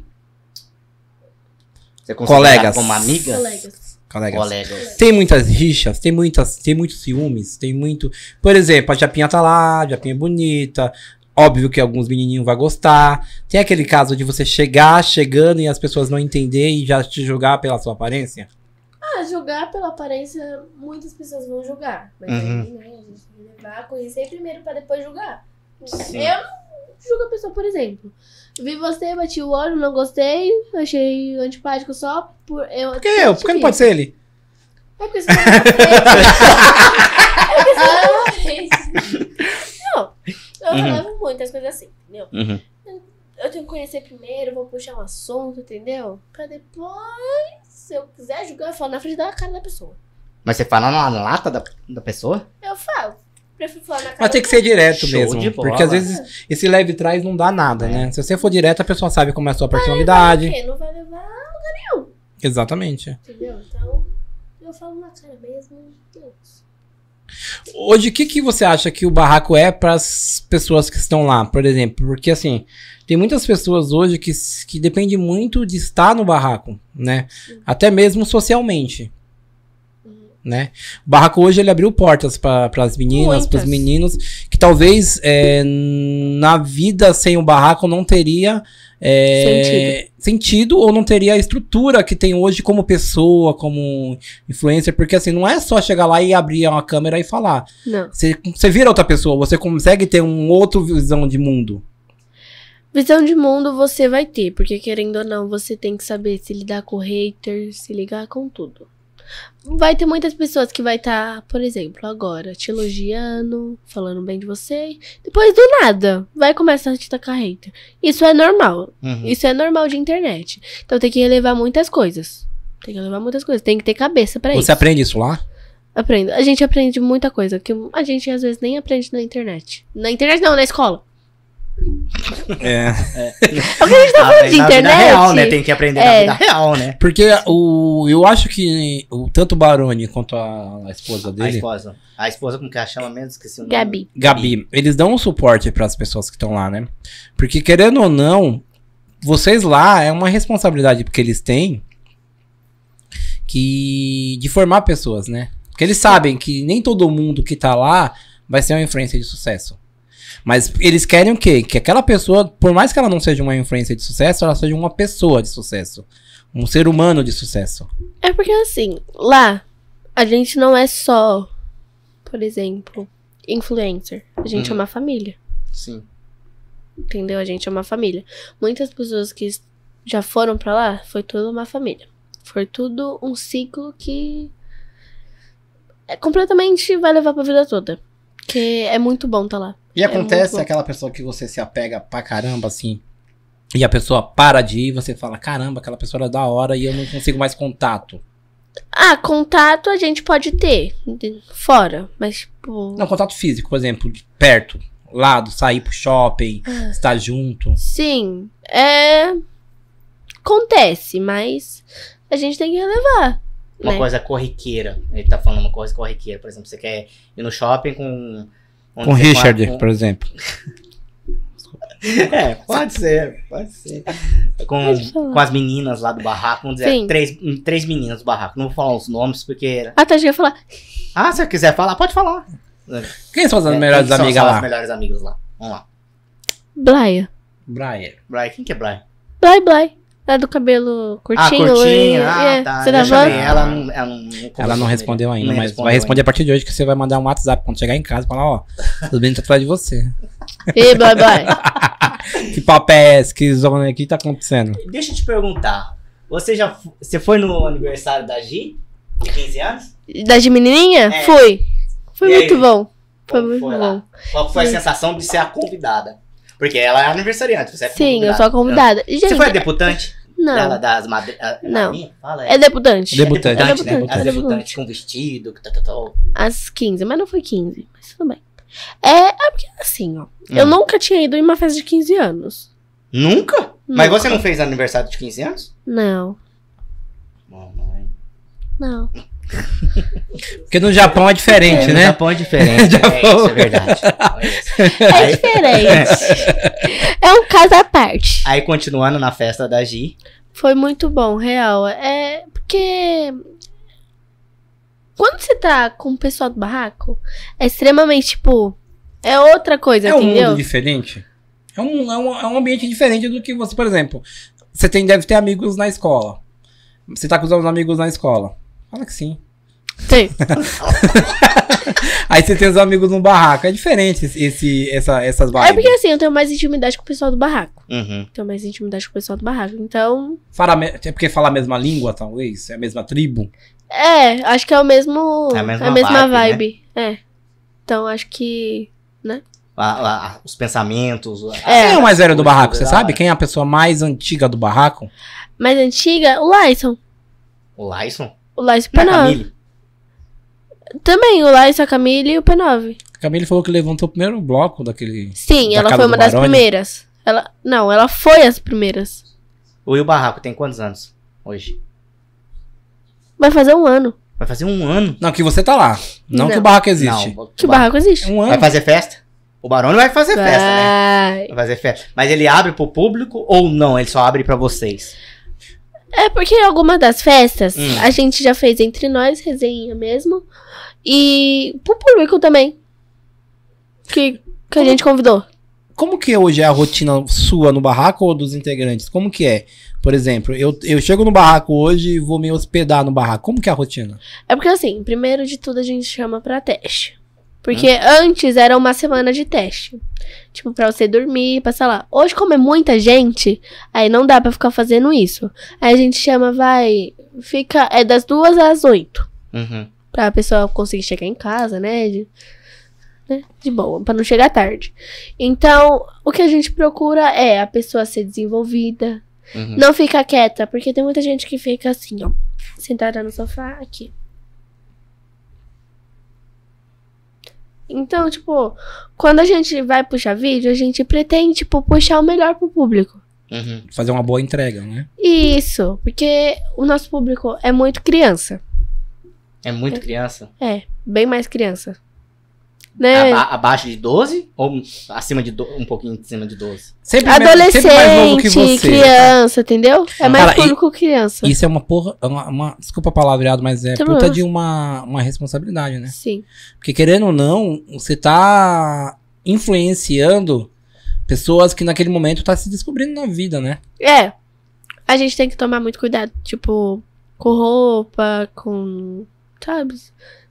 B: Você considera
C: Colegas.
B: Como amigas?
A: Colegas.
C: Colegas.
B: Colegas.
C: Tem muitas rixas, tem muitas, tem muitos ciúmes, tem muito. Por exemplo, a Japinha tá lá, a Japinha é bonita. Óbvio que alguns menininhos vão gostar. Tem aquele caso de você chegar, chegando e as pessoas não entender e já te julgar pela sua aparência.
A: Ah, julgar pela aparência, muitas pessoas vão julgar. Mas
C: Uhum.
A: aí, né, a gente tem que levar a conhecer primeiro pra depois julgar.
B: Sim.
A: Eu não julgo a pessoa, por exemplo. Vi você, bati o olho, não gostei, achei antipático só por. Eu,
C: Por que eu? Por que não pode ser ele?
A: É porque você não é uma frente. É porque você não é uma frente. Não, eu
B: Uhum.
A: levo muitas coisas assim, entendeu?
B: Uhum.
A: Eu tenho que conhecer primeiro, vou puxar um assunto, entendeu? Pra depois, se eu quiser julgar, eu falo na frente da cara da pessoa.
B: Mas você fala na lata da, da pessoa?
A: Eu falo. Prefiro falar na cara
C: Mas tem
A: da
C: que ser direto
B: Show de
C: mesmo.
B: bola. É.
C: Porque às vezes esse leve trás não dá nada, né? Se você for direto, a pessoa sabe como é a sua
A: Por
C: personalidade.
A: quê? Não vai levar,
C: Exatamente.
A: entendeu? Então, eu falo na cara mesmo. Deus.
C: Hoje, o que, que você acha que o barraco é para as pessoas que estão lá, por exemplo? Porque, assim, tem muitas pessoas hoje que, s- que dependem muito de estar no barraco, né? Até mesmo socialmente.
A: Uhum.
C: né? O barraco hoje ele abriu portas para as meninas,
A: Muitas.
C: para os meninos, que talvez é, na vida sem o barraco não teria é, sentido. ou não teria a estrutura que tem hoje como pessoa, como influencer, porque assim não é só chegar lá e abrir uma câmera e falar.
A: Não.
C: Você, você vira outra pessoa, você consegue ter um outro visão de mundo.
A: Visão de mundo você vai ter, porque querendo ou não, você tem que saber se lidar com hater, se ligar com tudo. Vai ter muitas pessoas que vai estar, por exemplo, agora, te elogiando, falando bem de você. Depois do nada, vai começar a te tacar hater. Isso é normal.
B: Uhum.
A: Isso é normal de internet. Então tem que relevar muitas coisas. Tem que relevar muitas coisas. Tem que ter cabeça pra
C: você
A: É isso.
C: aprende isso lá?
A: Aprendo. A gente aprende muita coisa que a gente às vezes nem aprende na internet. Na internet não, na escola.
C: É.
A: É o que a gente tá
B: Ah,
A: falando
B: mas
A: de
B: na vida
A: internet.
B: real, né? Tem que aprender na
A: É.
B: vida real, né?
C: Porque o, eu acho que o, tanto o Baroni quanto a, a esposa
B: A
C: dele.
B: esposa. A esposa, como que ela chama mesmo? Esqueci o nome.
A: Gabi.
C: Gabi, eles dão um suporte para as pessoas que estão lá, né? Porque querendo ou não, vocês lá é uma responsabilidade que eles têm que de formar pessoas, né? Porque eles sabem que nem todo mundo que tá lá vai ser uma influência de sucesso. Mas eles querem o quê? Que aquela pessoa, por mais que ela não seja uma influência de sucesso, ela seja uma pessoa de sucesso, um ser humano de sucesso.
A: É porque assim, lá a gente não é só, por exemplo, influencer. A gente é uma família.
B: Sim.
A: Entendeu? A gente é uma família. Muitas pessoas que s- já foram pra lá, foi tudo uma família. Foi tudo um ciclo que é completamente vai levar pra vida toda. Que é muito bom tá lá.
C: E acontece
A: muito bom.
C: aquela pessoa que você se apega pra caramba, assim, e a pessoa para de ir, e você fala, caramba, aquela pessoa era da hora e eu não consigo mais contato.
A: Ah, contato a gente pode ter de- fora, mas tipo,
C: Não, contato físico, por exemplo, de perto, lado, sair pro shopping,
B: É.
C: estar junto.
A: Sim, é. Acontece, mas a gente tem que relevar.
B: Uma
A: né?
B: coisa corriqueira. Ele tá falando uma coisa corriqueira. Por exemplo, você quer ir no shopping com. onde
C: Com o
B: você
C: Richard,
B: com-
C: por exemplo.
B: É, pode ser, pode ser. Com,
A: Pode falar.
B: com as meninas lá do barraco, vamos dizer,
A: Sim.
B: três, três meninas do barraco. Não vou falar os nomes, porque.
A: A Tati ia falar,
B: Ah, se você quiser falar, pode falar.
C: Quem são as
B: É,
C: melhores
B: quem são
C: amigas
B: só
C: lá?
B: As melhores amigas lá. Vamos lá.
A: Blaia.
C: Brian.
B: Brian, quem que é Brian?
A: Blay, Blay. É do cabelo
B: ah,
A: curtinho.
B: curtinho.
A: loirinho,
B: Ah,
A: é,
B: tá.
A: Você
B: Eu
A: tá
B: chamei
A: falando?
B: ela, não, ela não, não
C: Ela não
B: começou,
C: respondeu
B: né?
C: ainda,
B: Nem
C: mas
B: respondeu
C: vai responder
B: ainda.
C: a partir de hoje que você vai mandar um WhatsApp quando chegar em casa e falar, ó, os meninos estão atrás de você.
A: Ei, Blay, Blay.
C: Que papo é esse? Que zona aqui tá acontecendo?
B: Deixa eu te perguntar. Você já f- você foi no aniversário da Gi? De 15 anos?
A: Da de menininha?
B: É.
A: Foi. Foi
B: E aí?
A: muito bom. Foi
B: Como
A: muito
B: foi lá?
A: bom.
B: Qual foi a
A: Sim.
B: sensação de ser a convidada? Porque ela é aniversariante, você é
A: Sim, eu sou a convidada. E,
B: Você
A: gente,
B: foi a deputante
A: Não.
B: dela das madre... a-
A: Não.
B: madrinha? Fala,
A: É debutante.
C: Debu- Debutante,
B: né?
A: né? Debutante.
B: As
A: É
B: debutantes
A: debutante.
B: com vestido, que tá, tal, tal, tal.
A: Às 15, mas não foi 15. Mas tudo bem. É, é porque assim, ó. Eu
B: Hum.
A: nunca tinha ido em uma festa de 15 anos.
B: Nunca? Mas
A: Nunca.
B: você não fez aniversário de 15 anos?
A: Não,
B: Mamãe.
A: não.
C: Porque no Japão é diferente,
B: É, no
C: né?
B: Japão é diferente. é, isso é verdade. É isso.
A: É
B: Aí-
A: diferente. é um caso à parte.
B: Aí continuando na festa da Gi.
A: Foi muito bom, real. É porque. Quando você tá com o pessoal do barraco, é extremamente tipo. É outra coisa,
C: É um
A: entendeu?
C: mundo diferente. É um, é, um, é um ambiente diferente do que você, por exemplo, você tem, deve ter amigos na escola. Você tá com os amigos na escola. Fala que sim.
A: Sim.
C: Aí você tem os amigos no barraco. É diferente esse- esse, essa, essas
A: É
C: vibes.
A: porque assim, eu tenho mais intimidade com o pessoal do barraco.
B: Uhum.
A: Tenho mais intimidade com o pessoal do barraco. Então.
C: Fala me- é porque fala a mesma língua, talvez? É a mesma tribo?
A: É, acho que é o mesmo.
B: É a mesma vibe, né?
A: vibe. É. Então acho que.
B: A- a- os pensamentos. a-
A: É.
C: Quem é o mais velho do barraco? Você
B: Da
C: sabe?
B: hora.
C: Quem é a pessoa mais antiga do barraco?
A: Mais antiga, o Lyson.
B: O Lyson?
A: O Lyson
B: Não é
A: P9.
B: Camille?
A: Também, o Lyson, a Camille e o P9.
C: A Camille falou que levantou o primeiro bloco daquele.
A: Sim,
C: Da
A: ela
C: casa
A: foi
C: do
A: uma das
C: Baroni?
A: primeiras. Ela, não, ela foi as primeiras.
B: O Will Barraco tem quantos anos hoje?
A: Vai fazer um ano
B: Vai fazer um ano.
C: Não, que você tá lá. Não, que
A: Não.
C: o barraco existe.
B: Não,
A: que o
B: Bar-
A: barraco
C: É
A: existe.
C: Um
B: Vai
C: ano.
B: fazer festa? O Barone vai fazer festa, né?
A: Vai.
B: Vai fazer festa. Mas ele abre pro público ou não? Ele só abre pra vocês?
A: É porque em alguma das festas
B: Hum.
A: a gente já fez entre nós, resenha mesmo. E pro público também. Que, que a gente convidou.
C: Como que hoje é a rotina sua no barraco ou dos integrantes? Como que é? Por exemplo, eu, eu chego no barraco hoje e vou me hospedar no barraco. Como que é a rotina?
A: É porque assim, primeiro de tudo a gente chama pra teste. Porque antes era uma semana de teste. Tipo, pra você dormir, passar lá. Hoje, como é muita gente, aí não dá pra ficar fazendo isso. Aí a gente chama, vai. Fica. É das duas às oito.
B: Uhum.
A: Pra a pessoa conseguir chegar em casa, né? De, né, de boa, pra não chegar tarde. Então, o que a gente procura é a pessoa ser desenvolvida.
B: Uhum.
A: Não ficar quieta, porque tem muita gente que fica assim, ó. Sentada no sofá, aqui. Então, tipo, quando a gente vai puxar vídeo, a gente pretende, tipo, puxar o melhor pro público.
B: Uhum.
C: Fazer uma boa entrega, né?
A: Isso, porque o nosso público é muito criança.
B: É muito criança.
A: É, bem mais criança.
B: Aba- É.
C: Ah,
A: Né?
B: abaixo de 12 ou acima de do... um pouquinho acima de 12?
C: Sempre mais-
A: Adolescente,
C: sempre mais novo que você. né?
A: criança, entendeu? É mais
C: Cara, e-
A: público criança.
C: Isso é uma porra, é uma, uma- desculpa a palavreado, mas é
A: Tá
C: puta
A: bom.
C: de uma, uma responsabilidade, né?
A: Sim.
C: Porque querendo ou não, você tá influenciando pessoas que naquele momento tá se descobrindo na vida, né?
A: É. A gente tem que tomar muito cuidado, tipo, com roupa, com. Sabe?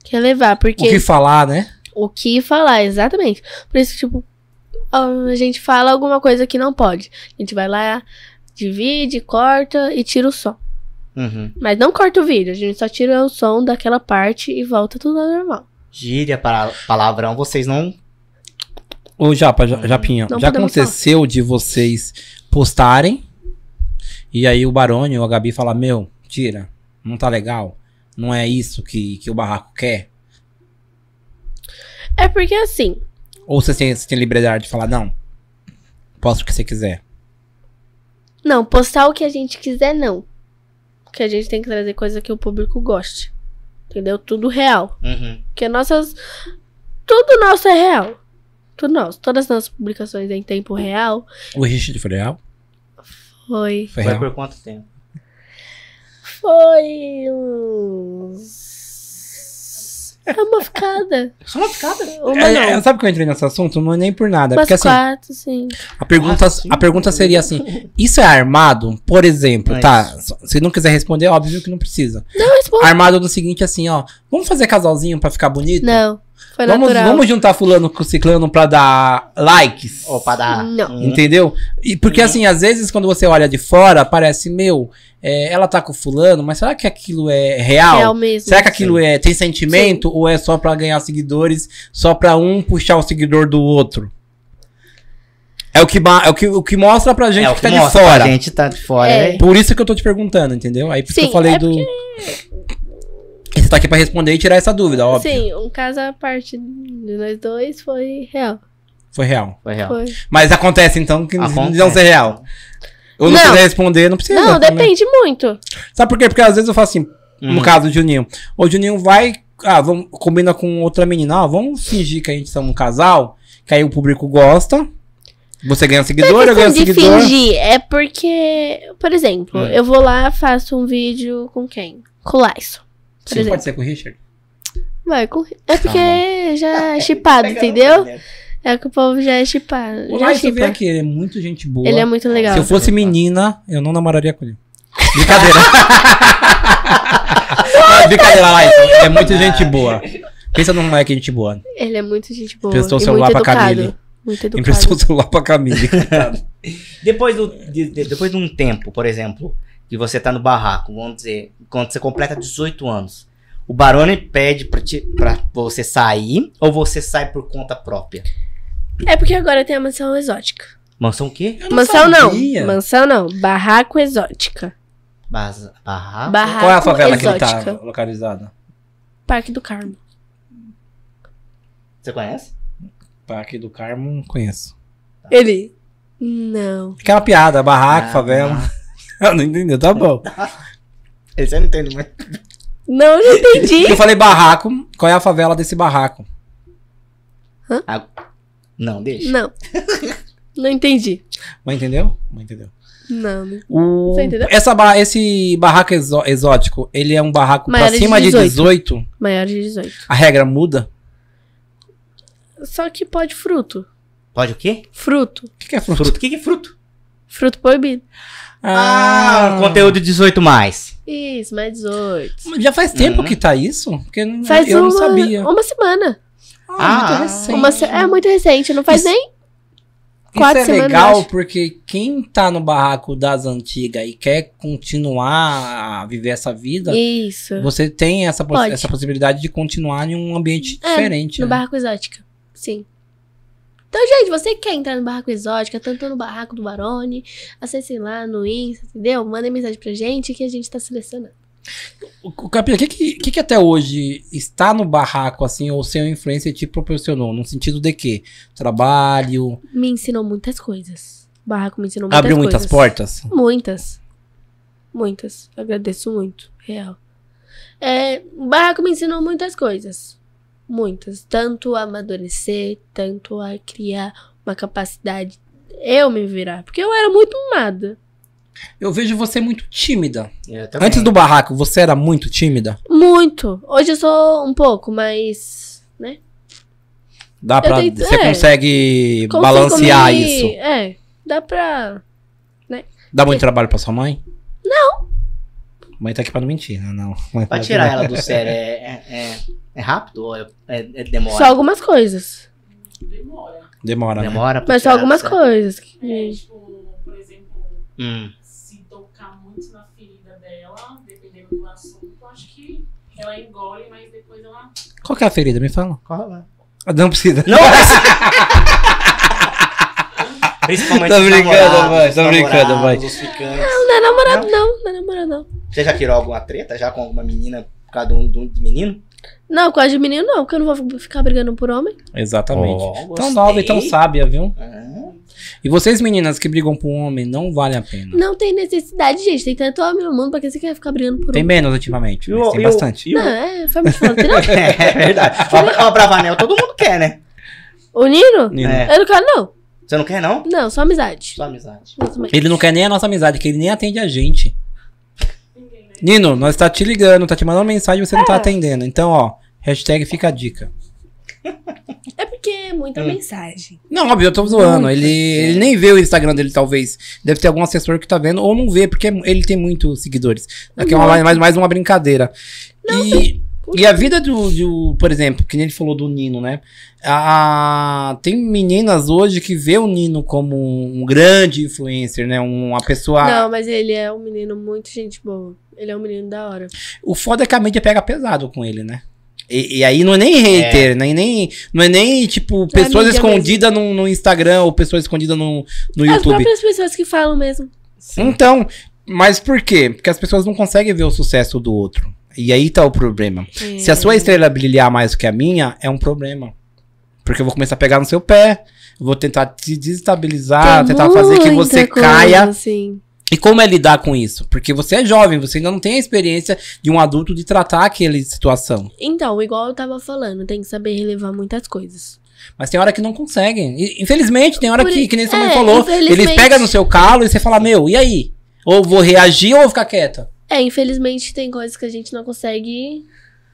A: Quer levar, porque.
C: O que falar, né?
A: o que falar, exatamente. Por isso, tipo, a gente fala alguma coisa que não pode. A gente vai lá, divide, corta e tira o som.
B: Uhum.
A: Mas não corta o vídeo, a gente só tira o som daquela parte e volta tudo ao normal.
B: Gíria, para palavrão, vocês não.
C: Ô, Japa, Ja- Japinha,
A: Não
C: já
A: podemos
C: aconteceu de vocês postarem e aí o Barone ou a Gabi falar, meu, tira, não tá legal, não é isso que, que o barraco quer?
A: É porque assim,
C: Ou vocês têm, vocês têm liberdade de falar, não, posso o que você quiser.
A: Não, postar o que a gente quiser, não. Porque a gente tem que trazer coisa que o público goste. Entendeu? Tudo real.
B: Uhum.
A: Porque nossas. Tudo nosso é real. Tudo nosso. Todas as nossas publicações em tempo real
C: O Richard foi real?
A: foi.
B: Foi
C: Foi real.
B: por quanto tempo?
A: Foi. uns- É uma ficada.
B: Só uma picada.
A: Uma
C: É,
A: não.
C: é, sabe que eu entrei nesse assunto? Não é nem por nada.
A: Umas
C: porque assim,
A: quatro, sim.
C: A pergunta,
B: Ah, sim.
C: a pergunta seria assim: isso é armado? Por exemplo,
B: Mas-
C: tá? Se não quiser responder, é óbvio que não precisa.
A: Não, é responde.
C: Armado no seguinte, assim, ó. Vamos fazer casalzinho pra ficar bonito?
A: Não. Foi
C: vamos,
A: natural.
C: vamos juntar fulano com ciclano pra dar likes.
B: Ou pra dar.
A: Não.
B: um-
C: Entendeu? E porque
B: Uhum.
C: assim, às vezes quando você olha de fora, parece, meu, é, ela tá com fulano, mas será que aquilo é real?
A: Real mesmo.
C: Será que aquilo é tem sentimento ou é só pra ganhar seguidores, só pra um puxar o seguidor do outro? É o que ma- é o que, o que mostra pra gente
B: é o
C: que,
B: que
C: tá de
B: mostra,
C: fora.
B: A gente tá de fora.
A: É.
B: né?
C: Por isso que eu tô te perguntando, entendeu? Aí por isso que eu
A: Sim,
C: falei
A: é
C: do E Você tá aqui pra responder e tirar essa dúvida, é óbvio.
A: Sim, um caso à parte de nós dois foi real.
C: Foi real.
B: Foi real.
A: Foi.
C: Mas acontece então que
B: Acontece.
C: não ser real. Ou não,
A: Não.
C: quiser responder, não precisa.
A: Não,
C: também.
A: depende muito.
C: Sabe por quê? Porque às vezes eu falo assim,
B: Uhum.
C: No caso do Juninho. O Juninho vai. Ah, vamos, combina com outra menina. Ah, vamos fingir que a gente somos um casal. Que aí o público gosta. Você ganha seguidor, eu
A: Não é
C: ganho
A: questão de
C: seguidor.
A: fingir, é porque, por exemplo,
B: Hum.
A: eu vou lá, faço um vídeo com quem? Com o Lyson. Por
C: Sim,
A: exemplo.
C: pode ser com o Richard.
A: Vai, com... É porque já é chipado, entendeu? É que o povo já é chipado.
C: O
A: Já
C: Laís veio
A: chipa.
C: aqui, ele é muito gente boa.
A: Ele é muito legal.
C: Se eu fosse menina, eu não namoraria com ele. Brincadeira. É, Brincadeira, Laís. É muito gente boa. Pensa num moleque gente boa.
A: Ele é muito gente boa.
C: Emprestou
A: e
C: o celular
A: muito
C: pra
A: educado.
C: Camille.
A: Muito educado.
C: Emprestou o celular pra Camille.
B: Depois, do, de, de- depois de um tempo, por exemplo, que você tá no barraco, vamos dizer, quando você completa 18 anos, o Barone pede pra, ti, pra você sair ou você sai por conta própria?
A: É porque agora tem a mansão exótica.
B: Mansão o quê?
A: mansão
C: sabia.
A: não. Mansão não. Barraco exótica.
B: Baza- barraco?
A: Barraco
C: Qual é a favela
A: exótica.
C: que ele tá localizada?
A: Parque do Carmo.
B: Você conhece?
C: Parque do Carmo, não conheço.
A: Ele. Não.
C: Aquela piada, barraco,
B: Ah,
C: favela. Ah, não entendeu, tá bom.
B: Esse eu não entendo muito.
A: Não, eu não entendi.
C: Eu falei barraco, qual é a favela desse barraco?
B: Não, deixa.
A: Não. Não entendi.
C: Mas entendeu? Mas entendeu.
A: Não, né?
C: O-
A: Você entendeu?
C: essa ba- esse barraco exó- exótico, ele é um barraco
A: Maior
C: pra
A: de
C: cima de 18.
A: 18. maior de 18.
C: A regra muda?
A: Só que pode fruto.
B: Pode o quê?
A: Fruto.
C: O que, que é fruto?
B: Fruto. O que, que é fruto?
A: Fruto proibido.
B: Ah, conteúdo 18 mais.
A: Isso, mais 18.
C: Já faz tempo
B: Uhum.
C: que tá isso? Porque não-
A: Faz
C: eu
A: uma,
C: não sabia.
A: uma semana.
B: Ah,
C: muito recente.
A: Uma se- É muito recente, não faz
C: Isso-
A: nem. quatro
C: Isso é
A: semanas, eu
C: legal
A: acho.
C: porque quem tá no barraco das antigas e quer continuar a viver essa vida,
A: Isso.
C: você tem essa, poss-
A: Pode.
C: essa possibilidade de continuar em um ambiente
A: É,
C: diferente.
A: No
C: né?
A: barraco exótica. Sim. Então, gente, você quer entrar no barraco exótica, tanto no barraco do Barone, acessem lá no Insta, entendeu? Mandem mensagem pra gente que a gente tá selecionando.
C: O o Capinha, o que, que, que que até hoje está no barraco, assim, ou seu influencer te proporcionou? No sentido de que? Trabalho,
A: Me ensinou muitas coisas. O barraco me ensinou muitas
C: abriu muitas
A: coisas.
C: portas?
A: Muitas. Muitas. Eu agradeço muito. Real. É, o barraco me ensinou muitas coisas. Muitas. Tanto a amadurecer, tanto a criar uma capacidade. Eu me virar. Porque eu era muito nada.
C: Eu vejo você muito tímida.
B: É, Eu também.
C: Antes do barraco, você era muito tímida?
A: Muito. Hoje eu sou um pouco, mas. Né?
C: Dá pra,
A: tento-
C: você
A: é.
C: consegue
A: Consigo
C: balancear
A: me-
C: isso?
A: É, dá pra.
C: Dá muito trabalho pra sua mãe? Não. Mãe tá aqui pra não mentir, né? Não. Mãe
B: Pra
C: tá aqui
B: tirar
C: pra-
B: ela do sério é, é, é- é rápido ou é, é- é demora?
A: Só algumas coisas.
F: Demora.
C: Demora, né?
B: Demora pra
A: Mas só
B: tirar do
A: algumas
B: sério?
A: coisas.
F: É,
A: que-
F: tipo, por exemplo,
B: Hum.
F: se tocar muito na ferida dela, dependendo do assunto, acho que ela engole, mas depois ela.
C: Qual que é a ferida? Me fala.
B: Corre lá.
C: Ah, Não precisa.
B: Não, mas... Principalmente
C: Tá
B: os
C: brincando,
B: namorados,
C: vai,
B: os
C: tá brincando,
B: namorados,
C: vai.
B: os ficantes.
A: Não é namorado, não. Não é namorado, não.
B: Você já tirou alguma treta já com alguma menina por causa de um, de um menino?
A: Não, com a de menino, não, porque eu não vou ficar brigando por homem.
C: Exatamente.
B: Oh,
C: tão nova e tão
B: gostei.
C: sábia, viu?
B: Ah,
C: E vocês, meninas, que brigam por um homem, não vale a pena.
A: Não tem necessidade, gente. Tem tanto homem no mundo, pra que você quer ficar brigando por
C: Tem
A: homem?
C: menos ultimamente,
B: e
C: mas
B: o-
C: tem
B: e o-
C: bastante.
B: e o-
A: Não, é, foi muito foda. Não,
B: É verdade. Ó, pra- ó, pra Vanel, todo mundo quer, né?
A: o Nino?
C: Nino.
B: É.
A: Eu não quero, não.
B: Você não quer, não?
A: Não, só amizade.
B: Só amizade.
A: Nada mais.
C: Ele não quer nem a nossa amizade, que ele nem atende a gente. Nino, nós tá te ligando, tá te mandando mensagem e você não tá atendendo. Então, ó, hashtag fica a dica.
A: É porque é muita
B: Hum.
A: mensagem.
C: Não, é. óbvio, eu tô zoando. Ele, ele nem vê o Instagram dele, talvez. Deve ter algum assessor que tá vendo, ou não vê, porque ele tem muitos seguidores. Aqui é uma, mais, mais uma brincadeira. E, e a vida do, do- por exemplo, que nem ele falou do Nino, né? A, tem meninas hoje que vê o Nino como um grande influencer, né? Uma pessoa.
A: Não, mas ele é um menino muito gente boa. Ele é um menino da hora.
C: O foda é que a mídia pega pesado com ele, né? E, e aí não é nem hater, nem, nem, não é nem, tipo, pessoas
A: mídia
C: escondidas no, no Instagram ou pessoas escondidas no, no
A: As
C: YouTube.
A: próprias pessoas que falam mesmo.
C: Então, mas por quê? Porque as pessoas não conseguem ver o sucesso do outro. E aí tá o problema. Se a sua estrela brilhar mais do que a minha, é um problema. Porque eu vou começar a pegar no seu pé, vou tentar te desestabilizar,
A: É. Tem
C: tentar fazer que
A: muita
C: você
A: coisa,
C: caia.
A: Assim.
C: E como é lidar com isso? Porque você é jovem, você ainda não tem a experiência de um adulto de tratar aquela situação.
A: Então, igual eu tava falando, tem que saber relevar muitas coisas.
C: Mas tem hora que não conseguem. E, infelizmente, tem hora
A: Por
C: que,
A: i-
C: que nem sua mãe
A: é,
C: falou, eles
A: infelizmente.
C: pegam no seu calo e você fala, meu, e aí? Ou vou reagir ou vou ficar quieta?
A: É, infelizmente tem coisas que a gente não consegue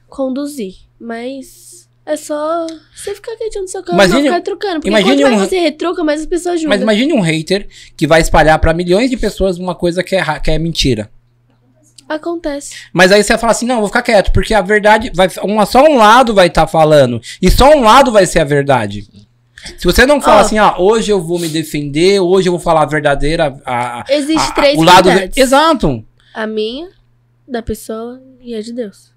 A: conduzir, mas é só você ficar quietinho no seu canto, não
C: Imagine-
A: ficar trocando. Porque
C: imagine
A: quanto mais
C: um-
A: você retruca, mais as pessoas ajudam.
C: Mas imagine um hater que vai espalhar pra milhões de pessoas uma coisa que é, ra- que é mentira.
A: Acontece.
C: Mas aí você fala assim, não, vou ficar quieto, porque a verdade vai uma só um lado vai estar falando e só um lado vai ser a verdade. Se você não fala
A: Ó.
C: assim, ah, hoje eu vou me defender, hoje eu vou falar a verdadeira, a, a-
A: Existe
C: a-
A: três
C: Ah, o lado
A: verdades.
C: exato.
A: A minha, da pessoa e a de Deus.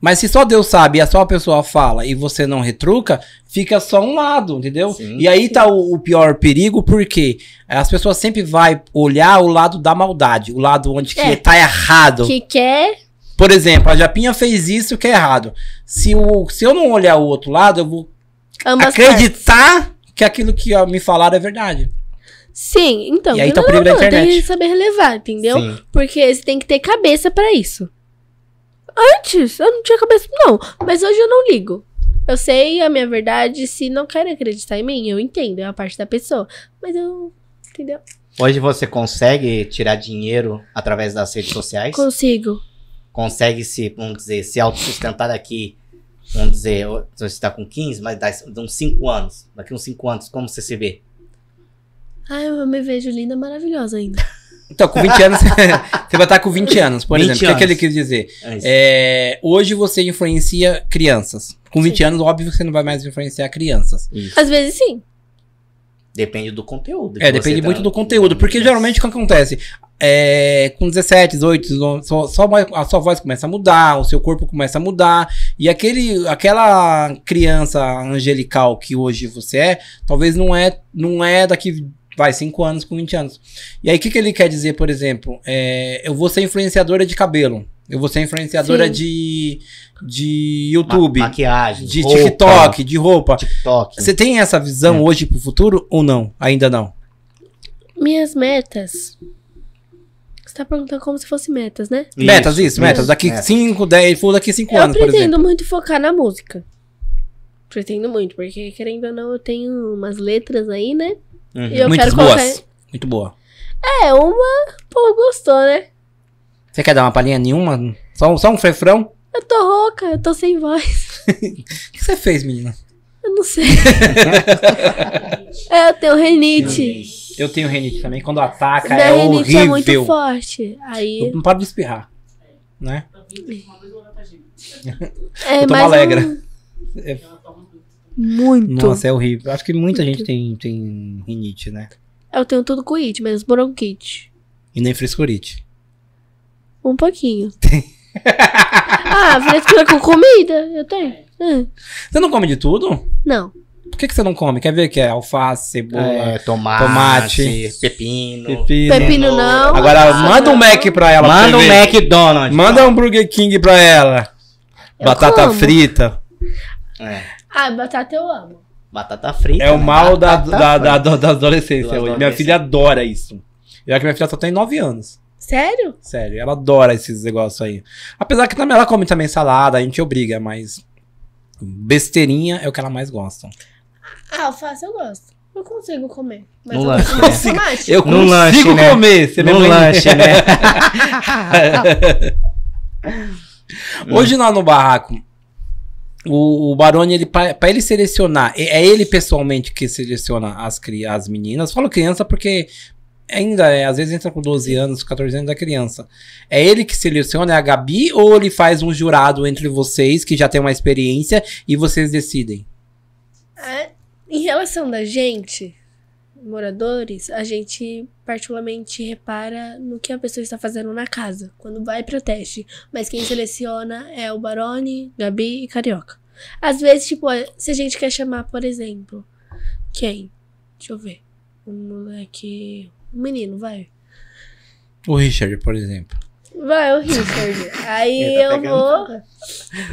C: Mas se só Deus sabe e a só a pessoa fala e você não retruca, fica só um lado, entendeu?
B: Sim.
C: e aí tá o, o pior perigo, porque as pessoas sempre vai olhar o lado da maldade, o lado onde que
A: É.
C: tá errado.
A: Que quer,
C: Por exemplo, a Japinha fez isso que é errado. Se, o, se eu não olhar o outro lado, eu vou
A: ambas
C: acreditar que aquilo que ó, me falaram é verdade.
A: partes. Sim, então.
C: E aí
A: não,
C: tá o perigo da
A: não, não, Tem
C: internet.
A: que saber relevar, entendeu?
B: Sim.
A: Porque você tem que ter cabeça pra isso. Antes, eu não tinha cabeça, não. Mas hoje eu não ligo. Eu sei a minha verdade. Se não querem acreditar em mim, eu entendo. É a parte da pessoa. Mas eu. Entendeu?
B: Hoje você consegue tirar dinheiro através das redes sociais?
A: Consigo.
B: Consegue se, vamos dizer, se autossustentar daqui, vamos dizer, ho- você está com 15, mas dá- dá uns 5 anos. Daqui uns 5 anos, como você se vê?
A: Ai, eu me vejo linda, maravilhosa ainda.
C: Então, com 20 anos, você vai estar com 20 anos, por
B: 20
C: exemplo. O que, é que ele
B: anos.
C: quis dizer?
B: É isso.
C: É, hoje você influencia crianças. Com 20
A: Sim.
C: anos, óbvio que você não vai mais influenciar crianças.
B: Isso.
A: Às vezes sim.
B: Depende do conteúdo. tá
C: É, depende muito do conteúdo. Porque geralmente o que acontece? É, com 17, 18, 19, sua, sua voz- a sua voz começa a mudar, o seu corpo começa a mudar. E aquele, aquela criança angelical que hoje você é, talvez não é, não é daqui, vai, 5 anos com 20 anos. E aí o que, que ele quer dizer, por exemplo? É, eu vou ser influenciadora de cabelo. Eu vou ser influenciadora
A: Sim.
C: de, de
B: YouTube.
C: YouTube,
B: maquiagem.
C: de
B: roupa,
C: TikTok, de roupa.
B: TikTok.
C: Você tem essa visão hoje pro futuro ou não? Ainda não.
A: Minhas metas. Você tá perguntando como se fossem metas, né?
C: metas, isso, metas. Daqui
B: É.
C: 5, 10, for daqui 5
A: Eu
C: anos, por
A: pretendo
C: exemplo.
A: muito focar na música. Pretendo muito, porque querendo ou não, eu tenho umas letras aí, né?
B: Uhum.
A: E eu
C: Muitas
A: quero
C: boas.
A: colocar.
C: Muito boa.
A: É, uma. Pô, gostou, né?
C: Você quer dar uma palhinha nenhuma? Só, um- só um frefrão?
A: Eu tô rouca, eu tô sem voz.
C: O que você fez, menina?
A: Eu não sei. é, eu tenho renite.
C: Eu tenho renite também. Quando ataca,
A: Minha
C: é
A: renite é muito
C: horrível.
A: forte. Aí.
C: Eu não paro de espirrar. Né?
F: Uma vez eu pra gente.
A: É
C: eu tô
A: mais.
C: alegre.
A: um-
F: Ela toma muito.
A: Muito.
C: Nossa, é horrível. Acho que muita gente tem, tem rinite, né?
A: Eu tenho tudo com it, menos bronquite.
C: E nem frescurite.
A: Um pouquinho. ah, frescura com comida? Eu tenho. Hum,
C: Você não come de tudo?
A: não.
C: Por que, que você não come? Quer ver que é alface, cebola,
B: É, tomate,
C: Tomate.
B: pepino.
C: pepino?
A: Pepino não.
C: né, Agora
A: Nossa,
C: manda um
A: não.
C: Mac pra ela. pra
B: Manda
C: você
B: um
C: ver.
B: McDonald's.
C: Manda um Burger King pra ela.
A: Eu
C: Batata
A: como.
C: frita.
B: É,
A: Ah, batata eu amo.
B: batata frita.
C: É o
B: né?
C: mal da,
B: Batata
C: da, da,
B: frita.
C: da- da
B: Da
C: adolescência hoje. Minha
B: adolescência.
C: filha adora isso. Eu acho que minha filha só tem 9 anos.
A: Sério?
C: Sério, ela adora esses negócios aí. Apesar que também ela come também salada, a gente obriga, mas besteirinha é o que ela mais gosta.
A: Ah, alface eu gosto. Eu consigo comer. Mas
B: No
A: eu
B: lanche,
A: gosto
B: né?
A: mais tomate.
C: Eu
B: No
C: consigo
B: lanche, né?
C: comer, se minha
B: No
C: mãe-
B: lanche, né?
C: Hoje lá no barraco, o, o Barone, ele, pra, pra ele selecionar, é é ele pessoalmente que seleciona as, cri- as meninas. Falo criança porque ainda é, às vezes entra com 12 anos, 14 anos da criança. É ele que seleciona, é a Gabi, ou ele faz um jurado entre vocês que já tem uma experiência e vocês decidem?
A: É, em relação da gente, moradores, a gente particularmente repara no que a pessoa está fazendo na casa, quando vai para teste. Mas quem seleciona é o Barone, Gabi e Carioca. Às vezes, tipo, se a gente quer chamar, por exemplo, quem? Deixa eu ver. Um moleque. Um menino, vai.
C: O Richard, por exemplo.
A: Vai, o Richard. Aí
B: Ele tá
A: eu
B: pegando
A: vou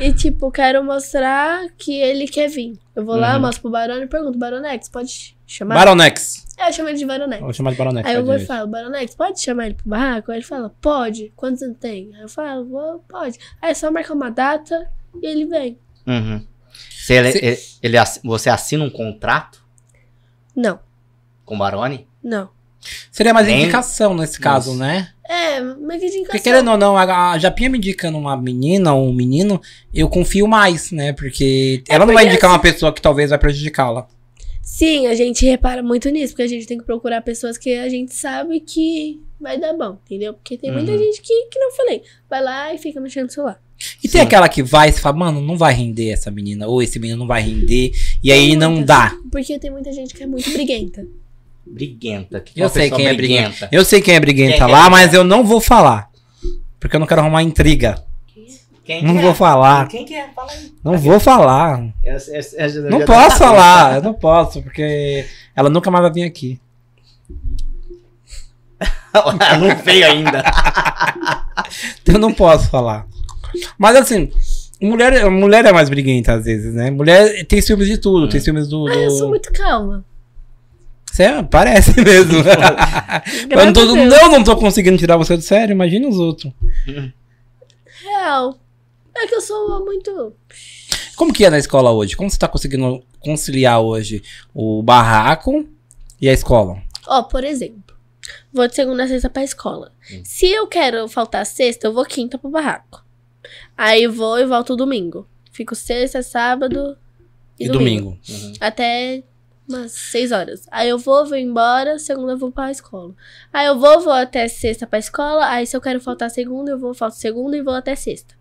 A: e, tipo, quero mostrar que ele quer vir. Eu vou lá,
B: Uhum.
A: mostro pro Barone e pergunto, Baronex, pode chamar?
C: Baronex.
A: É, eu chamo ele de Baronex.
C: Vou chamar de Baronex.
A: Aí eu
C: tá
A: vou e
C: direito.
A: falo, Baronex, pode chamar ele pro barraco? Aí ele fala, pode. Quantos anos tem? Aí eu falo, vou, pode. Aí é só marcar uma data e ele vem.
B: Uhum. Se ele-
C: Se-
B: ele- ele assi- você assina um contrato
A: Não,
B: com o Barone?
A: não.
C: Seria mais
B: Nem-
C: indicação nesse caso,
B: Isso.
C: né?
A: É, mas que de
C: Porque
A: encaixar.
C: querendo ou não, a, a Japinha me indicando uma menina ou um menino, eu confio mais, né? Porque
B: É
C: ela não vai
A: porque
B: assim,
C: indicar uma pessoa que talvez vai prejudicá-la.
A: Sim, a gente repara muito nisso, porque a gente tem que procurar pessoas que a gente sabe que vai dar bom, entendeu? Porque tem muita
B: Uhum.
A: gente que, que não falei. Vai lá e fica mexendo no celular.
C: E tem
B: Sim.
C: aquela que vai e fala, mano, não vai render essa menina, ou esse menino não vai render, e aí
A: Tem
C: não
A: muita.
C: dá.
A: Porque tem muita gente que é muito briguenta.
B: Briguenta. Que
C: Eu
B: uma
C: sei
B: pessoa
C: quem é
B: briguenta.
C: Eu sei quem é briguenta
B: Quem é?
C: lá, mas eu não vou falar. Porque eu não quero arrumar intriga.
B: Quem
C: Não
B: que
C: vou
B: é?
C: falar.
B: Quem que é? Fala aí.
C: Não vou falar.
B: Eu- eu- eu- eu-
C: Não
B: eu-
C: posso falar. Eu não posso, porque ela nunca mais vai vir aqui.
B: não veio ainda.
C: Então eu não posso falar. Mas assim, mulher, mulher é mais briguenta às vezes, né? Mulher tem ciúmes de tudo, tem ciúmes do. do...
A: Eu sou muito calma.
C: Cê é- parece mesmo. eu não,
A: Graças a
C: tô,
A: Deus.
C: não, não tô conseguindo tirar você do sério, imagina os outros.
A: Real. É que eu sou muito.
C: Como que é na escola hoje? Como você tá conseguindo conciliar hoje o barraco e a escola?
A: Ó, por exemplo. Vou de segunda a sexta pra escola.
C: Hum.
A: Se eu quero faltar sexta, eu vou quinta pro barraco. Aí eu vou e volto domingo. Fico sexta, sábado e,
C: E domingo.
A: Até umas seis horas. Aí eu vou, vou embora, segunda eu vou pra escola. Aí eu vou, vou até sexta pra escola. Aí se eu quero faltar segunda, eu vou, falto segunda e vou até sexta.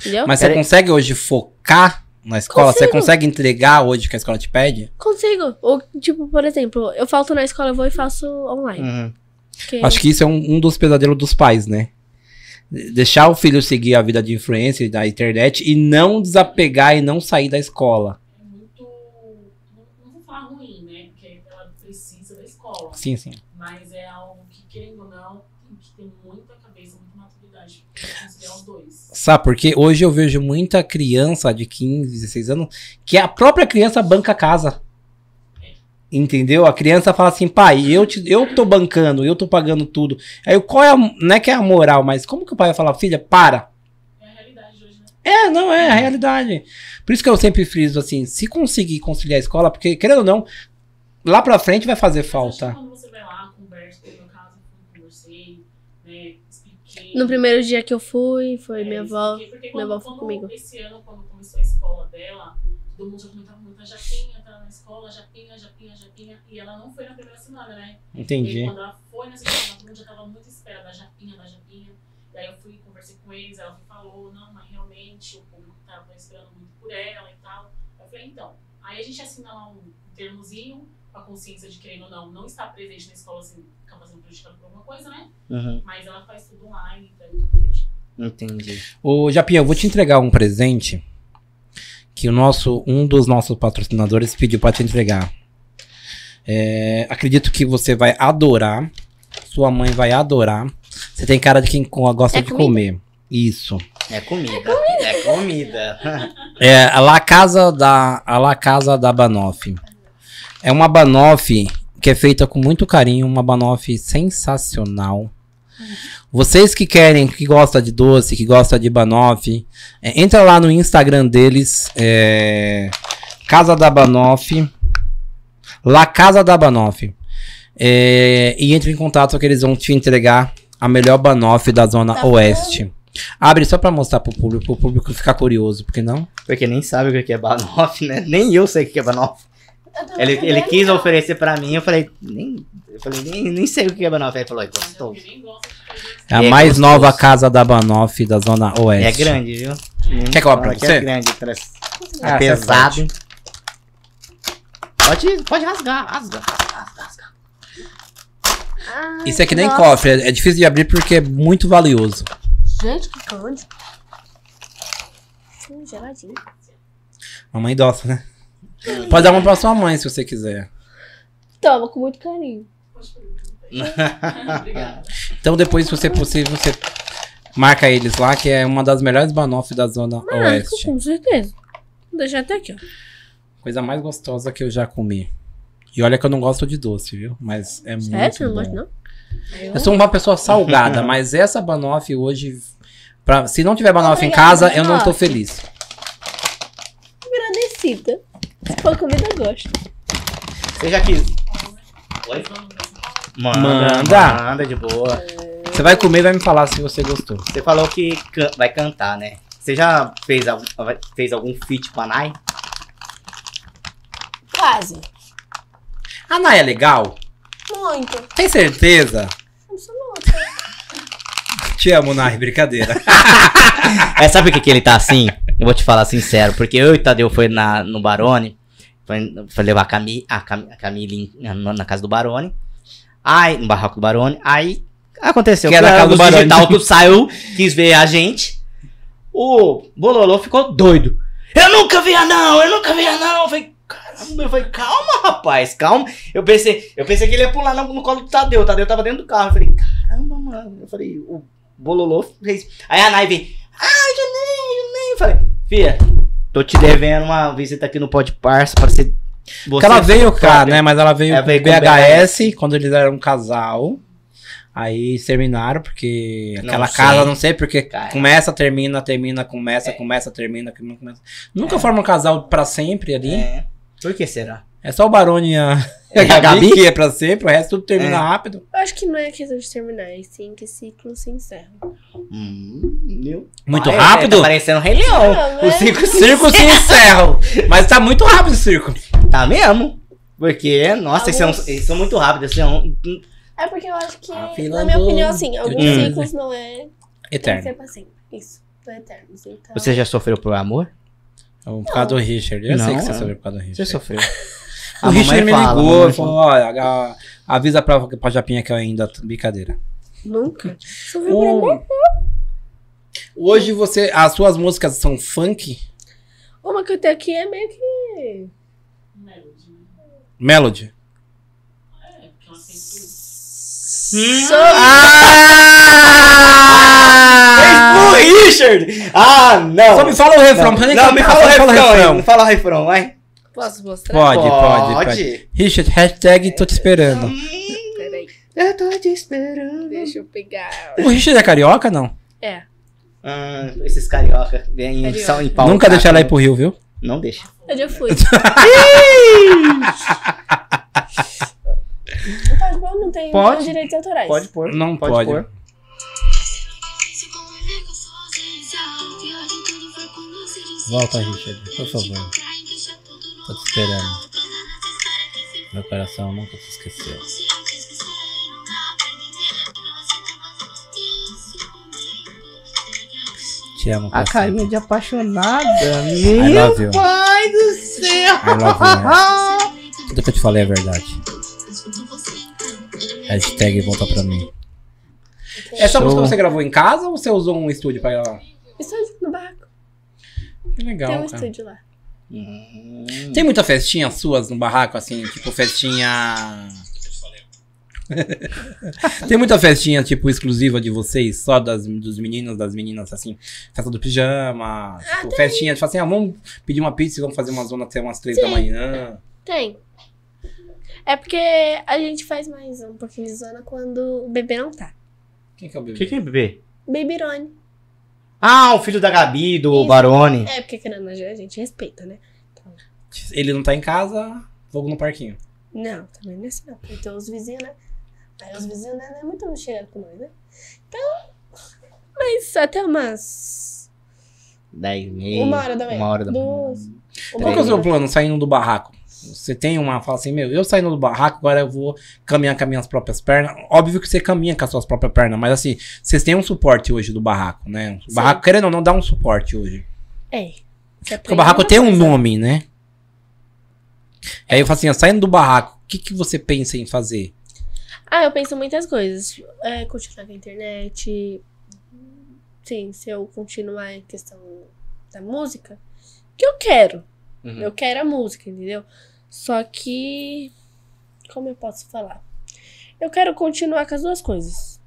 A: Entendeu?
C: Mas você
B: Peraí.
C: consegue hoje focar na escola? Você
A: Consigo.
C: consegue entregar hoje o que a escola te pede?
A: Consigo. Ou, tipo, por exemplo, eu falto na escola, eu vou e faço online.
B: Uhum.
A: Porque-
C: Hum. Acho que isso é um, um dos pesadelos dos pais, né? Deixar o filho seguir a vida de influencer da internet e não desapegar e não sair da escola.
F: É muito. Não, não vou falar ruim, né? Porque ela precisa da escola.
C: Sim, sim.
F: Mas é algo que, querendo ou não, tem que ter muita cabeça, muita maturidade pra conciliar os dois.
C: Sabe, porque hoje eu vejo muita criança de 15, 16 anos que a própria criança banca a casa. Entendeu? A criança fala assim, pai, eu, te, eu tô bancando, eu tô pagando tudo. Aí qual é a, não é que é a moral, mas como que o pai vai falar, filha, para,
F: É a realidade de hoje, né?
C: É, não, é a realidade. Por isso que eu sempre friso assim, se conseguir conciliar a escola, porque querendo ou não, lá pra frente vai fazer
F: Mas acho que
C: falta.
F: Quando você vai lá, conversa, no meu caso, eu conversei, né? Expliquei.
A: No primeiro dia que eu fui, foi
F: É,
A: minha
F: isso,
A: avó.
F: porque- porque
A: minha
F: quando-
A: avó ficou
F: quando
A: comigo.
F: Esse ano, quando começou a escola dela, todo mundo já comentava muito, a Japinha tá na escola, Japinha, Japinha, Japinha. E ela não foi na primeira semana, né? E aí,
C: Entendi.
F: quando ela foi na segunda semana, todo mundo já tava muito esperando da Japinha, da Japinha. E aí eu fui, conversei com eles, ela me falou, não, mas realmente o público tava esperando muito por ela e tal. Eu falei, então, aí a gente assina lá um termozinho, com a consciência de querendo ou não, não estar presente na escola, assim, acaba sendo prejudicado por alguma coisa, né?
B: Uhum.
F: Mas ela faz tudo online, então é tudo direitinho.
B: Entendi.
C: Ô, Japinha, eu vou te entregar um presente que o nosso, um dos nossos patrocinadores pediu pra te entregar. É, acredito que você vai adorar, sua mãe vai adorar. Você tem cara de quem co- gosta
A: É
C: de
A: comida?
C: comer. Isso.
B: É comida. É comida.
C: É, a La Casa da, a La Casa da Banoff. É uma Banoff que é feita com muito carinho, uma Banoff sensacional. Vocês que querem, que gosta de doce, que gosta de Banoff, é, entra lá no Instagram deles, é, Casa da Banoff, La Casa da Banoff, é, e entre em contato que eles vão te entregar a melhor Banoff da Zona
E: Tá
C: Oeste. Abre só pra mostrar pro público, pro público ficar curioso, porque não?
B: Porque nem sabe o que é Banoff, né? Nem eu sei o que é Banoff. Ele, ele quis oferecer pra mim, eu falei, nem, eu falei, nem, nem sei o que é Banoff. Aí ele falou, é gostoso.
C: É a
B: E é
C: mais
B: gostoso.
C: nova casa da Banoff da Zona
B: E É
C: Oeste.
B: grande, viu?
C: Quer que eu abra pra
B: Fala que
C: você?
B: É grande, parece.
C: Ah,
B: É
C: você
B: pesado. Pode, pode rasgar, rasga, rasga, rasga.
C: Isso é que nem
E: Nossa.
C: cofre, é é difícil de abrir porque é muito valioso.
E: Gente, que grande. Hum, geladinho.
C: Mamãe idosa, né? Pode dar uma pra sua mãe se você quiser.
A: Toma com muito carinho.
F: Obrigada.
C: Então depois, se você possível, você marca eles lá, que é uma das melhores Banoff da Zona
A: Marco,
C: Oeste.
A: Ah, com certeza. Vou deixar até aqui, ó.
C: Coisa mais gostosa que eu já comi. E olha que eu não gosto de doce, viu? Mas é muito
A: É, você não
C: bom.
A: gosta, não?
C: Eu sou uma pessoa salgada, mas essa Banoff hoje... pra- se não tiver Banoff em
A: Obrigada,
C: casa, eu não tô
A: Banoff.
C: feliz.
A: Agradecida. Se for comida, eu gosto.
B: Você já quis. Oi? Manda,
C: Manda.
B: manda. de boa.
C: Você vai comer e vai me falar se você gostou.
B: Você falou que can- vai cantar, né? Você já fez, algum- vai- fez algum feat com a Nai?
E: Quase.
C: A Nai é legal?
E: Muito.
C: Tem certeza?
E: Absoluto.
C: Te amo, Nai, brincadeira.
B: É, sabe por que, que ele tá assim? Eu vou te falar sincero, porque eu e o Tadeu foi na, no Barone, foi, foi levar a, Cami, a, Cam, a Camila em- na, na casa do Barone, aí, no barraco do Barone, aí aconteceu
C: Que era a casa do
B: os
C: Barone.
B: digital tudo saiu, quis ver a gente, o Bololô ficou doido. Eu nunca vi anão, eu nunca vi anão, eu falei, caramba, eu falei, calma rapaz, calma. Eu pensei, eu pensei que ele ia pular no, no colo do Tadeu, o Tadeu tava dentro do carro, eu falei, caramba, mano, eu falei, o Bololô fez Aí a Nai vem, ai, Janine, Janine. Eu falei, fia, tô te devendo uma visita aqui no Pod Parça pra você.
C: Porque ela veio cá,
B: Sabe?
C: né? Mas ela veio
B: Ela
C: com
B: veio com
C: BHS, quando eles eram um casal. Aí eles terminaram, porque
B: Não
C: aquela
B: sei.
C: casa, não sei, porque
B: Cara.
C: começa, termina, termina, começa, começa, termina, começa. Nunca forma um casal pra sempre ali. É,
B: É. Por que será?
C: só o Barone e a, É a Gabi
B: Gabi?
C: que é pra sempre, o resto tudo termina
B: É.
C: rápido.
A: Eu acho que não é questão de terminar, e sim que ciclo se encerra.
B: Hum, viu?
C: Muito
B: Ah, é,
C: rápido.
B: Tá parecendo Rei Leão.
A: Não,
B: o
A: é.
B: circo,
C: O circo se encerra. Mas tá muito rápido o circo.
B: tá mesmo. Porque, nossa, eles são,
A: Alguns-
B: eles são muito rápidos. assim, um, Eles são,
A: É porque eu acho que,
C: A fila
A: na minha
C: do-
A: opinião, assim, alguns
B: Hum.
A: ciclos não é. Tem que
C: Eterno.
A: ser pra sempre. Isso, não é eternos. Então.
B: Você já sofreu por amor?
C: É um Por causa do Richard. Eu sei
B: Não,
C: que você
B: é.
C: sabe por causa do
B: Você
C: Richard.
B: sofreu.
C: O Richard me
B: fala, a
C: ligou
B: mamãe
C: e falou: olha, a- avisa pra, pra Japinha que eu ainda. tô- Brincadeira.
A: Nunca? Você viu pra mim?
C: Ô, Hoje você. As suas músicas são funk?
A: Uma que eu tenho aqui é meio que.
F: Melody, né?
C: Melody?
F: É, porque ela fez tudo.
C: "Hum?"
B: Ah!
C: Ah!
A: Ah.
B: fala. Fez pro Richard! Ah, não!
C: Só me fala o refrão,
B: Não,
C: pra nem
B: não,
C: cantar,
B: me
C: só
B: fala o refrão, aí, me fala o refrão, vai.
A: Posso mostrar?
C: Pode, pode, pode, Richard, hashtag tô te esperando.
A: Peraí,
B: Eu tô te esperando.
A: deixa eu pegar.
C: O Richard é carioca, não?
A: É.
B: Ah, esses carioca vêm em
A: Carioca.
B: São em Paulo.
C: Nunca
B: cara.
C: deixar ela ir pro Rio, viu?
B: Não deixa.
A: Eu já fui. Pode pôr, não tem
B: Pode.
A: direitos autorais.
B: pôr.
C: Não
B: Pode
C: pode.
B: pôr.
C: Volta, Richard, por favor. Tô te esperando. Meu coração nunca se esqueceu. Te amo,
B: A
C: parceiro.
B: carinha de apaixonada.
C: I
B: Meu
C: love you.
B: pai do céu.
C: I love you. Tudo que eu te falei é verdade. Hashtag volta pra mim. Essa Show. É música você gravou em casa ou você usou um estúdio pra gravar?
A: Estúdio no barraco.
C: Que legal,
A: Tem um
C: cara.
A: estúdio lá.
B: Hum.
C: Tem muita festinha suas no barraco, assim, tipo festinha. Tem muita festinha, tipo, exclusiva de vocês, só das, dos meninos, das meninas, assim, festa do pijama, tipo, festinha, tipo assim, ah, vamos pedir uma pizza e vamos fazer uma zona até umas três da
A: Sim.
C: manhã.
A: Tem. É porque a gente faz mais um pouquinho de zona quando o bebê não tá.
C: Quem que é o
B: O
C: bebê?
B: que que é bebê?
A: Babyone.
B: Ah, o filho da Gabi, do
A: Isso.
B: Barone.
A: É, porque querendo ou não, a gente respeita, né?
C: Ele não tá em casa, fogo no parquinho.
A: Não, também não é assim não. Então os vizinhos, né? Aí os vizinhos né, não é muito chegando com nós, né? Então. Mas até umas.
B: Dez e meia.
A: Uma hora da manhã.
B: Uma hora da manhã.
A: Duas.
C: Qual
A: Uma
C: que é o
B: um
C: seu
A: hora.
C: plano saindo do barraco? Você tem uma, fala assim, meu, eu saindo do barraco, agora eu vou caminhar com as minhas próprias pernas. Óbvio que você caminha com as suas próprias pernas, mas assim, vocês têm um suporte hoje do barraco, né? O
A: Sim.
C: barraco, querendo ou não, dá um suporte hoje.
A: É. Você
C: Porque o
A: aprende
C: barraco
A: uma
C: tem um
A: coisa.
C: nome, né? Aí eu falo assim, ó, saindo do barraco, o que, que você pensa em fazer?
A: Ah, eu penso muitas coisas. É, continuar com a internet. Sim, se eu continuar em questão da música, que eu quero.
B: Uhum.
A: Eu quero a música, entendeu? Só que. Como eu posso falar? Eu quero continuar com as duas coisas.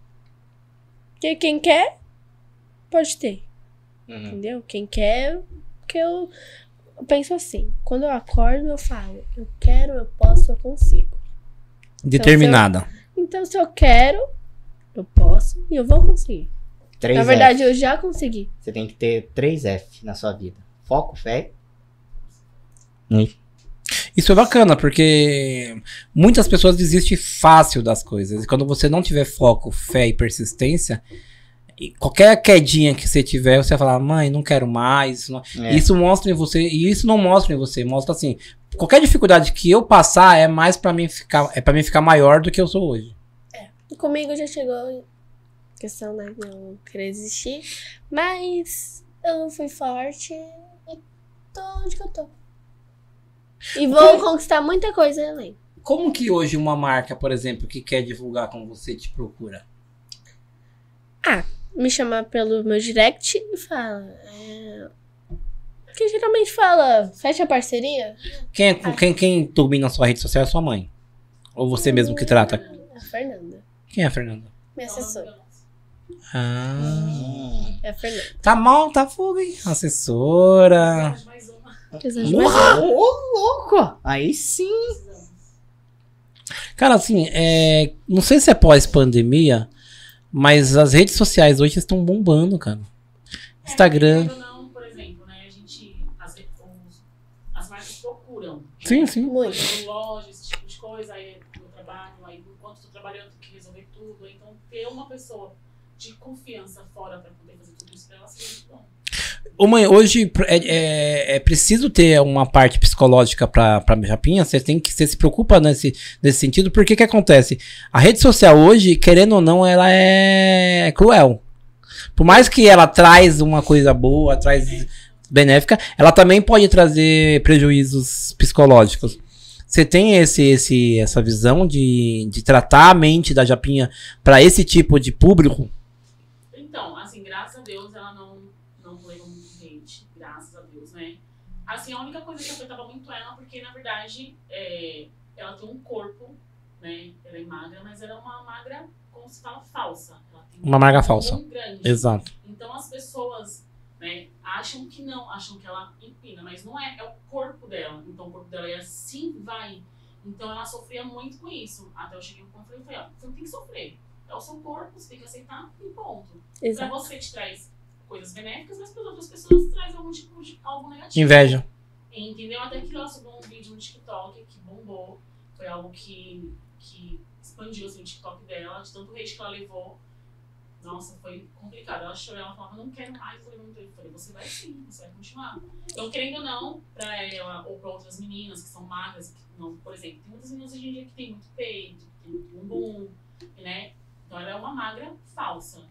A: Porque quem quer, pode ter,
B: Uhum.
A: entendeu? Quem quer, porque eu, eu penso assim. Quando eu acordo, eu falo, eu quero, eu posso, eu consigo.
C: Determinada.
A: Então, se eu quero, eu posso e eu vou conseguir.
B: Três
A: Na verdade, eu já consegui.
B: F. Você tem que ter três F na sua vida. Foco, fé.
C: Isso é bacana, porque muitas pessoas desistem fácil das coisas. E quando você não tiver foco, fé e persistência, e qualquer quedinha que você tiver, você vai falar, mãe, não quero mais. não-
B: É.
C: Isso mostra em você, e isso não mostra em você, mostra assim. Qualquer dificuldade que eu passar é mais pra mim ficar, é para mim ficar maior do que eu sou hoje.
A: E comigo já chegou a questão né, de eu querer desistir. Mas eu fui forte e tô onde que eu tô. E vou conquistar muita coisa além.
C: Como que hoje uma marca, por exemplo, que quer divulgar com você te procura?
A: Me chama pelo meu direct e fala. É... Porque geralmente fala, fecha a parceria.
C: Quem, é- quem, quem turbina a sua rede social é sua mãe? Ou você mesmo que trata?
A: A Fernanda,
C: Quem é, Fernanda?
A: minha assessora.
C: Ah.
A: É a Fernanda.
C: Tá mal, tá fogo, hein? Assessora.
F: Mais uma.
B: Uau, ô, louco! Aí sim.
C: Cara, assim, é, não sei se é pós-pandemia, mas as redes sociais hoje estão bombando, cara. Instagram.
F: É, querendo ou não, por exemplo, né? A gente. As, os- as marcas procuram.
C: Sim, sim.
A: Muito.
F: Loja, esse tipo de depois, aí eu trabalho, aí enquanto estou trabalhando, tenho que resolver tudo. Então, ter uma pessoa de confiança fora para poder fazer tudo isso pra ela seria muito bom.
C: Ô mãe, hoje pr- é, é- é preciso ter uma parte psicológica pra, pra Japinha? Você tem que, você se preocupa nesse, nesse sentido, porque que acontece? A rede social hoje, querendo ou não, ela é cruel. Por mais que ela traz uma coisa boa, traz benéfica, ela também pode trazer prejuízos psicológicos. Você tem esse, esse, essa visão de, de tratar a mente da Japinha pra esse tipo de público?
F: Então, assim, graças a Deus ela não, não levou muito hate. Graças a Deus, né? Assim, a única coisa que afetava muito ela, porque na verdade é, ela tem um corpo, né? Ela é magra, mas ela é uma magra, como se fala, falsa. Ela tem um
C: Uma magra
F: corpo
C: falsa.
F: bem grande.
C: Exato.
F: Então as pessoas né, acham que não, acham que ela empina, mas não é, é o corpo dela. Então o corpo dela é assim, vai. Então ela sofria muito com isso. Até eu cheguei no ponto e falei, ó, você não tem que sofrer. É o seu corpo, você tem que aceitar e ponto. Pra
A: Exato.
F: você te traz coisas benéficas, mas para outras pessoas traz algum tipo de algo negativo.
C: Inveja.
F: Entendeu? Até que ela subiu um vídeo no TikTok que bombou. Foi algo que, que expandiu assim, o TikTok dela, de tanto hate que ela levou. Nossa, foi complicado. Ela chorou, ela falava, não quero mais. Eu falei, não tem. Eu falei, você vai sim, você vai continuar. Então, querendo ou não, pra ela ou pra outras meninas que são magras, que não, por exemplo, tem muitas meninas hoje em dia que tem muito peito, que tem muito bumbum, né? Então ela é uma magra falsa.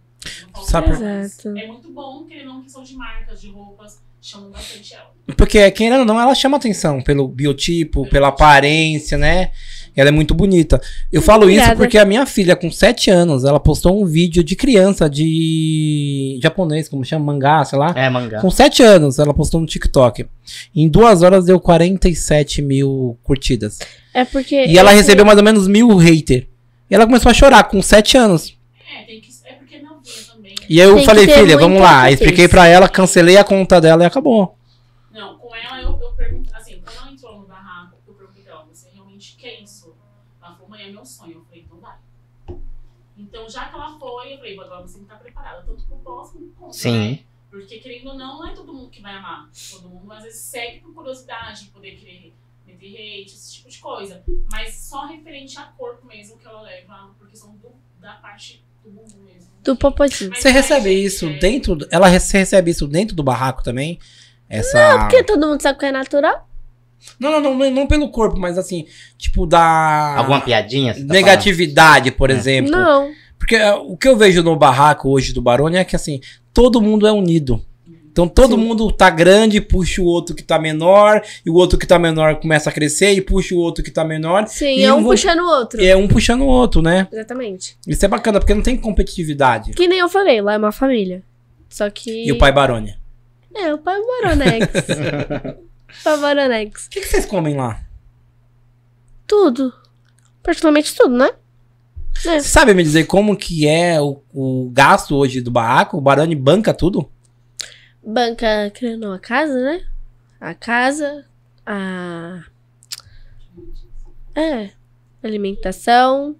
F: Não falo
C: Sabe por-
F: delas.
A: Exato.
F: É muito bom, querendo ou não, questão de marcas, de roupas, chamam bastante ela.
C: Porque, querendo ou não, ela chama atenção pelo biotipo, pela aparência, né? Ela é muito bonita. Eu falo isso
A: Obrigada.
C: porque a minha filha, com 7 anos, ela postou um vídeo de criança de japonês, como chama, mangá, sei lá.
B: É, mangá.
C: Com 7 anos, ela postou no TikTok. Em duas horas deu 47 mil curtidas.
A: É porque.
C: E ela
A: esse-
C: recebeu mais ou menos mil hater. E ela começou a chorar com 7 anos.
F: É, tem que. É porque não vinha também.
C: E aí eu
A: Tem que
C: falei,
A: ter
C: filha,
A: muito
C: vamos lá.
A: sacrifício.
C: Expliquei pra ela, cancelei a conta dela e acabou.
F: Não, com ela eu, eu pergunto, assim, quando ela entrou no barraco, eu perguntei pra ela, você realmente quer isso? Ela falou, mãe, é meu sonho. Eu falei, então vai. Então, já que ela foi, eu falei, agora você tem que estar preparada, tanto pro próximo quanto contra,
B: Sim.
F: né? Porque querendo ou não, não é todo mundo que vai amar. Todo mundo às vezes segue por curiosidade, por poder querer meter hate, esse tipo de coisa. Mas só referente a corpo mesmo que ela leva, porque são do, da parte do bumbum mesmo.
A: Do popotinho.
C: Você recebe é isso dentro. Ela re- você recebe isso dentro do barraco também? Essa. Não,
A: Porque todo mundo sabe que é natural.
C: não, não, não, pelo corpo, mas assim, tipo, da.
B: Alguma piadinha? você tá
C: negatividade, por
B: É.
C: exemplo.
A: Não.
C: Porque é, o que eu vejo no barraco hoje do Barone é que assim, todo mundo é unido. Então todo mundo tá grande, puxa o outro que tá menor, e o outro que tá menor começa a crescer e puxa o outro que tá menor.
A: Sim,
C: E
A: é
C: eu
A: um
C: vou-
A: puxando o outro.
C: E é um puxando o outro, né?
A: Exatamente.
C: Isso é bacana, porque não tem competitividade.
A: Que nem eu falei, lá é uma família. Só que.
C: E, o pai Barone.
A: É, o pai é o Baronex. o pai é o Baronex.
C: O que, que vocês comem lá?
A: Tudo. Praticamente tudo, né?
C: Você sabe me dizer como que é o, o gasto hoje do barraco? O Barone banca tudo?
A: Banca, querendo ou não, a casa, né? A casa, a. É. Alimentação.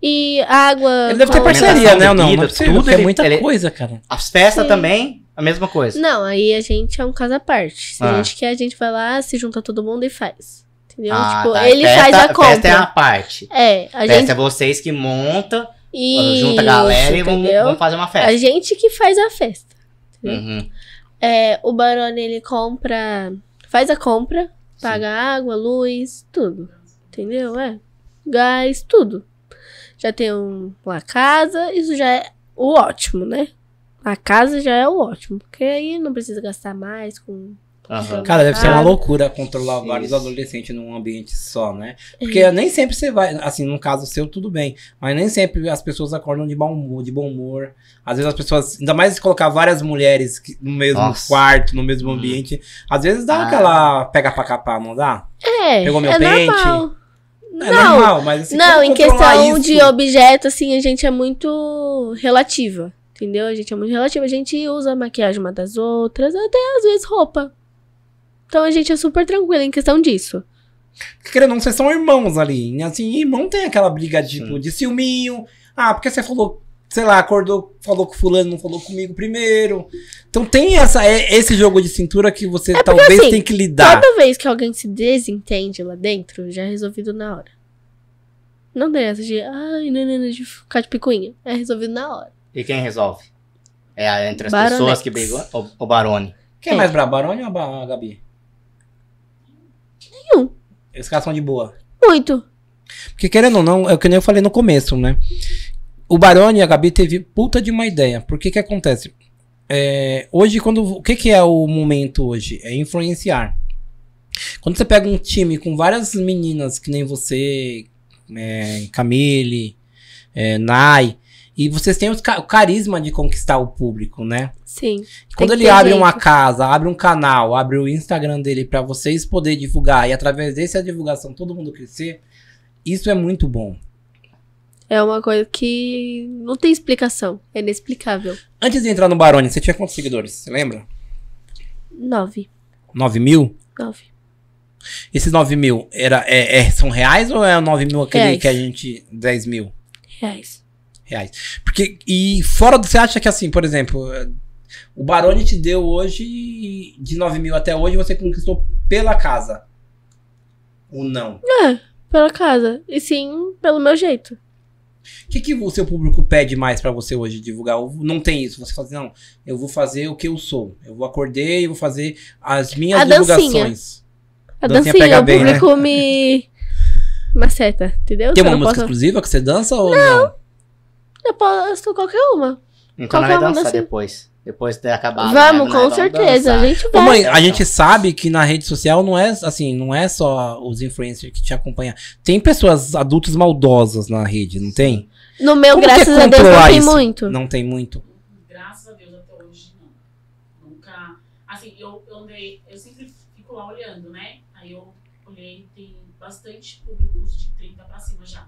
A: E água.
C: Ele deve ter
A: com-
B: Alimentação,
C: parceria, né? ou Não, não
B: bebida,
C: é possível,
B: tudo
C: porque é
B: ele-
C: muita
B: ele-
C: coisa, cara.
B: falando? As festas
A: Sim.
B: também, a mesma coisa.
A: Não, aí a gente é um caso à parte. Se
B: Ah.
A: a gente quer, a gente vai lá, se junta todo mundo e faz. Entendeu?
B: Ah,
A: tipo,
B: tá.
A: ele
B: Festa-
A: faz a
B: Festa é a
A: compra.
B: parte.
A: É, a
B: festa
A: gente.
B: é vocês que monta,
A: Isso,
B: junta a galera e vão,
A: entendeu?
B: vão fazer uma
A: A
B: festa.
A: gente que faz a festa.
B: Uhum.
A: É, o Barone, ele compra. Faz a compra, paga água, luz, tudo. Entendeu? É. Gás, tudo. Já tem um, uma casa, isso já é o ótimo, né? A casa já é o ótimo, porque aí não precisa gastar mais com.
B: Aham.
C: Cara, deve ser uma
A: Ah.
C: loucura controlar vários
B: Isso.
C: adolescentes num ambiente só, né? Porque nem sempre você vai, assim, no caso seu, tudo bem. Mas nem sempre as pessoas acordam de bom humor. De bom humor. Às vezes as pessoas, ainda mais se colocar várias mulheres que- no mesmo
B: Nossa.
C: quarto, no mesmo
B: Hum.
C: ambiente, às vezes dá
B: Ah.
C: aquela pega pra capar, não dá?
A: É,
C: Pegou meu
A: é
C: pente?
A: normal.
C: É
A: não,
C: normal, mas assim,
A: não,
C: como
A: em
C: controlar
A: questão
C: isso?
A: de objeto, assim, a gente é muito relativa, entendeu? A gente é muito relativa. A gente usa maquiagem uma das outras, até às vezes roupa. Então a gente é super tranquila em questão disso.
C: Querendo ou não, vocês são irmãos ali. E, Assim, irmão tem aquela briga, tipo,
B: Sim.
C: de ciúminho. Ah, porque você falou, sei lá, acordou, falou com fulano, não falou comigo primeiro. Então tem essa, é- esse jogo de cintura que você talvez
A: assim,
C: tenha que lidar.
A: Toda vez que alguém se desentende lá dentro, já é resolvido na hora. Não tem essa de, ai, não, não, não, de ficar de picuinha. É resolvido na hora.
B: E quem resolve? É a- entre as
A: Baronex.
B: pessoas que brigam? ou O Barone.
C: Quem
A: um.
C: é mais brabo, Barone ou a Ba- a Gabi?
A: Nenhum.
C: Esses caras são de boa.
A: Muito.
C: Porque querendo ou não, é o que nem eu falei no começo, né? O Barone e a Gabi teve puta de uma ideia. Por que que acontece? É, hoje, quando o que que é o momento hoje? É influenciar. Quando você pega um time com várias meninas que nem você, é, Camille, é, Nai, e vocês têm os ca- o carisma de conquistar o público, né?
A: Sim.
C: Quando
A: Tem
C: ele
A: que ter
C: abre
A: jeito.
C: uma casa, abre um canal, abre o Instagram dele pra vocês poderem divulgar e através dessa divulgação todo mundo crescer, isso é muito bom.
A: É uma coisa que não tem explicação. É inexplicável.
C: Antes de entrar no Barone, você tinha quantos seguidores? Você lembra?
A: Nove.
C: 9 mil?
A: Nove.
C: Esses 9 mil era, é, é- são reais ou é 9 mil aquele
A: Reais.
C: que a gente. 10 mil?
A: Reais.
C: reais. Porque, e fora do. Você acha que assim, por exemplo, eh, o Barone te deu hoje, de 9 mil até hoje, você conquistou pela casa? Ou não?
A: Pela casa. E sim, pelo meu jeito.
C: O que, que o seu público pede mais pra você hoje divulgar? Ou Não tem isso. Você fala assim, não, eu vou fazer o que eu sou. Eu vou acordei e vou fazer as minhas
A: A dancinha.
C: divulgações.
A: A
C: Dancinha
A: dancinha,
C: pega
A: o
C: bem, né?
A: público me. Maceta, entendeu?
C: Tem
A: eu,
C: uma
A: não
C: música
A: posso...
C: exclusiva que você dança ou não?
A: eu posso qualquer uma.
B: Então nós
A: Qualquer uma
B: vamos dançar
A: dessas-
B: depois. Depois de ter acabado.
A: vamos,
B: né?
A: com
B: Nós
A: certeza.
B: dançar.
A: A gente
C: Ô,
A: vai.
C: mãe, a gente sabe que na rede social não é assim, não é só os influencers que te acompanham. Tem pessoas adultos maldosas na rede, não tem?
A: No meu,
C: Como que é
A: graças a Deus, não
C: controlar
A: tem
C: isso?
A: muito.
C: Não tem muito.
F: Graças a Deus até hoje não. Nunca. Assim, eu, eu andei. Eu sempre fico lá olhando, né? Aí eu olhei, tem bastante públicos de 30 pra cima já.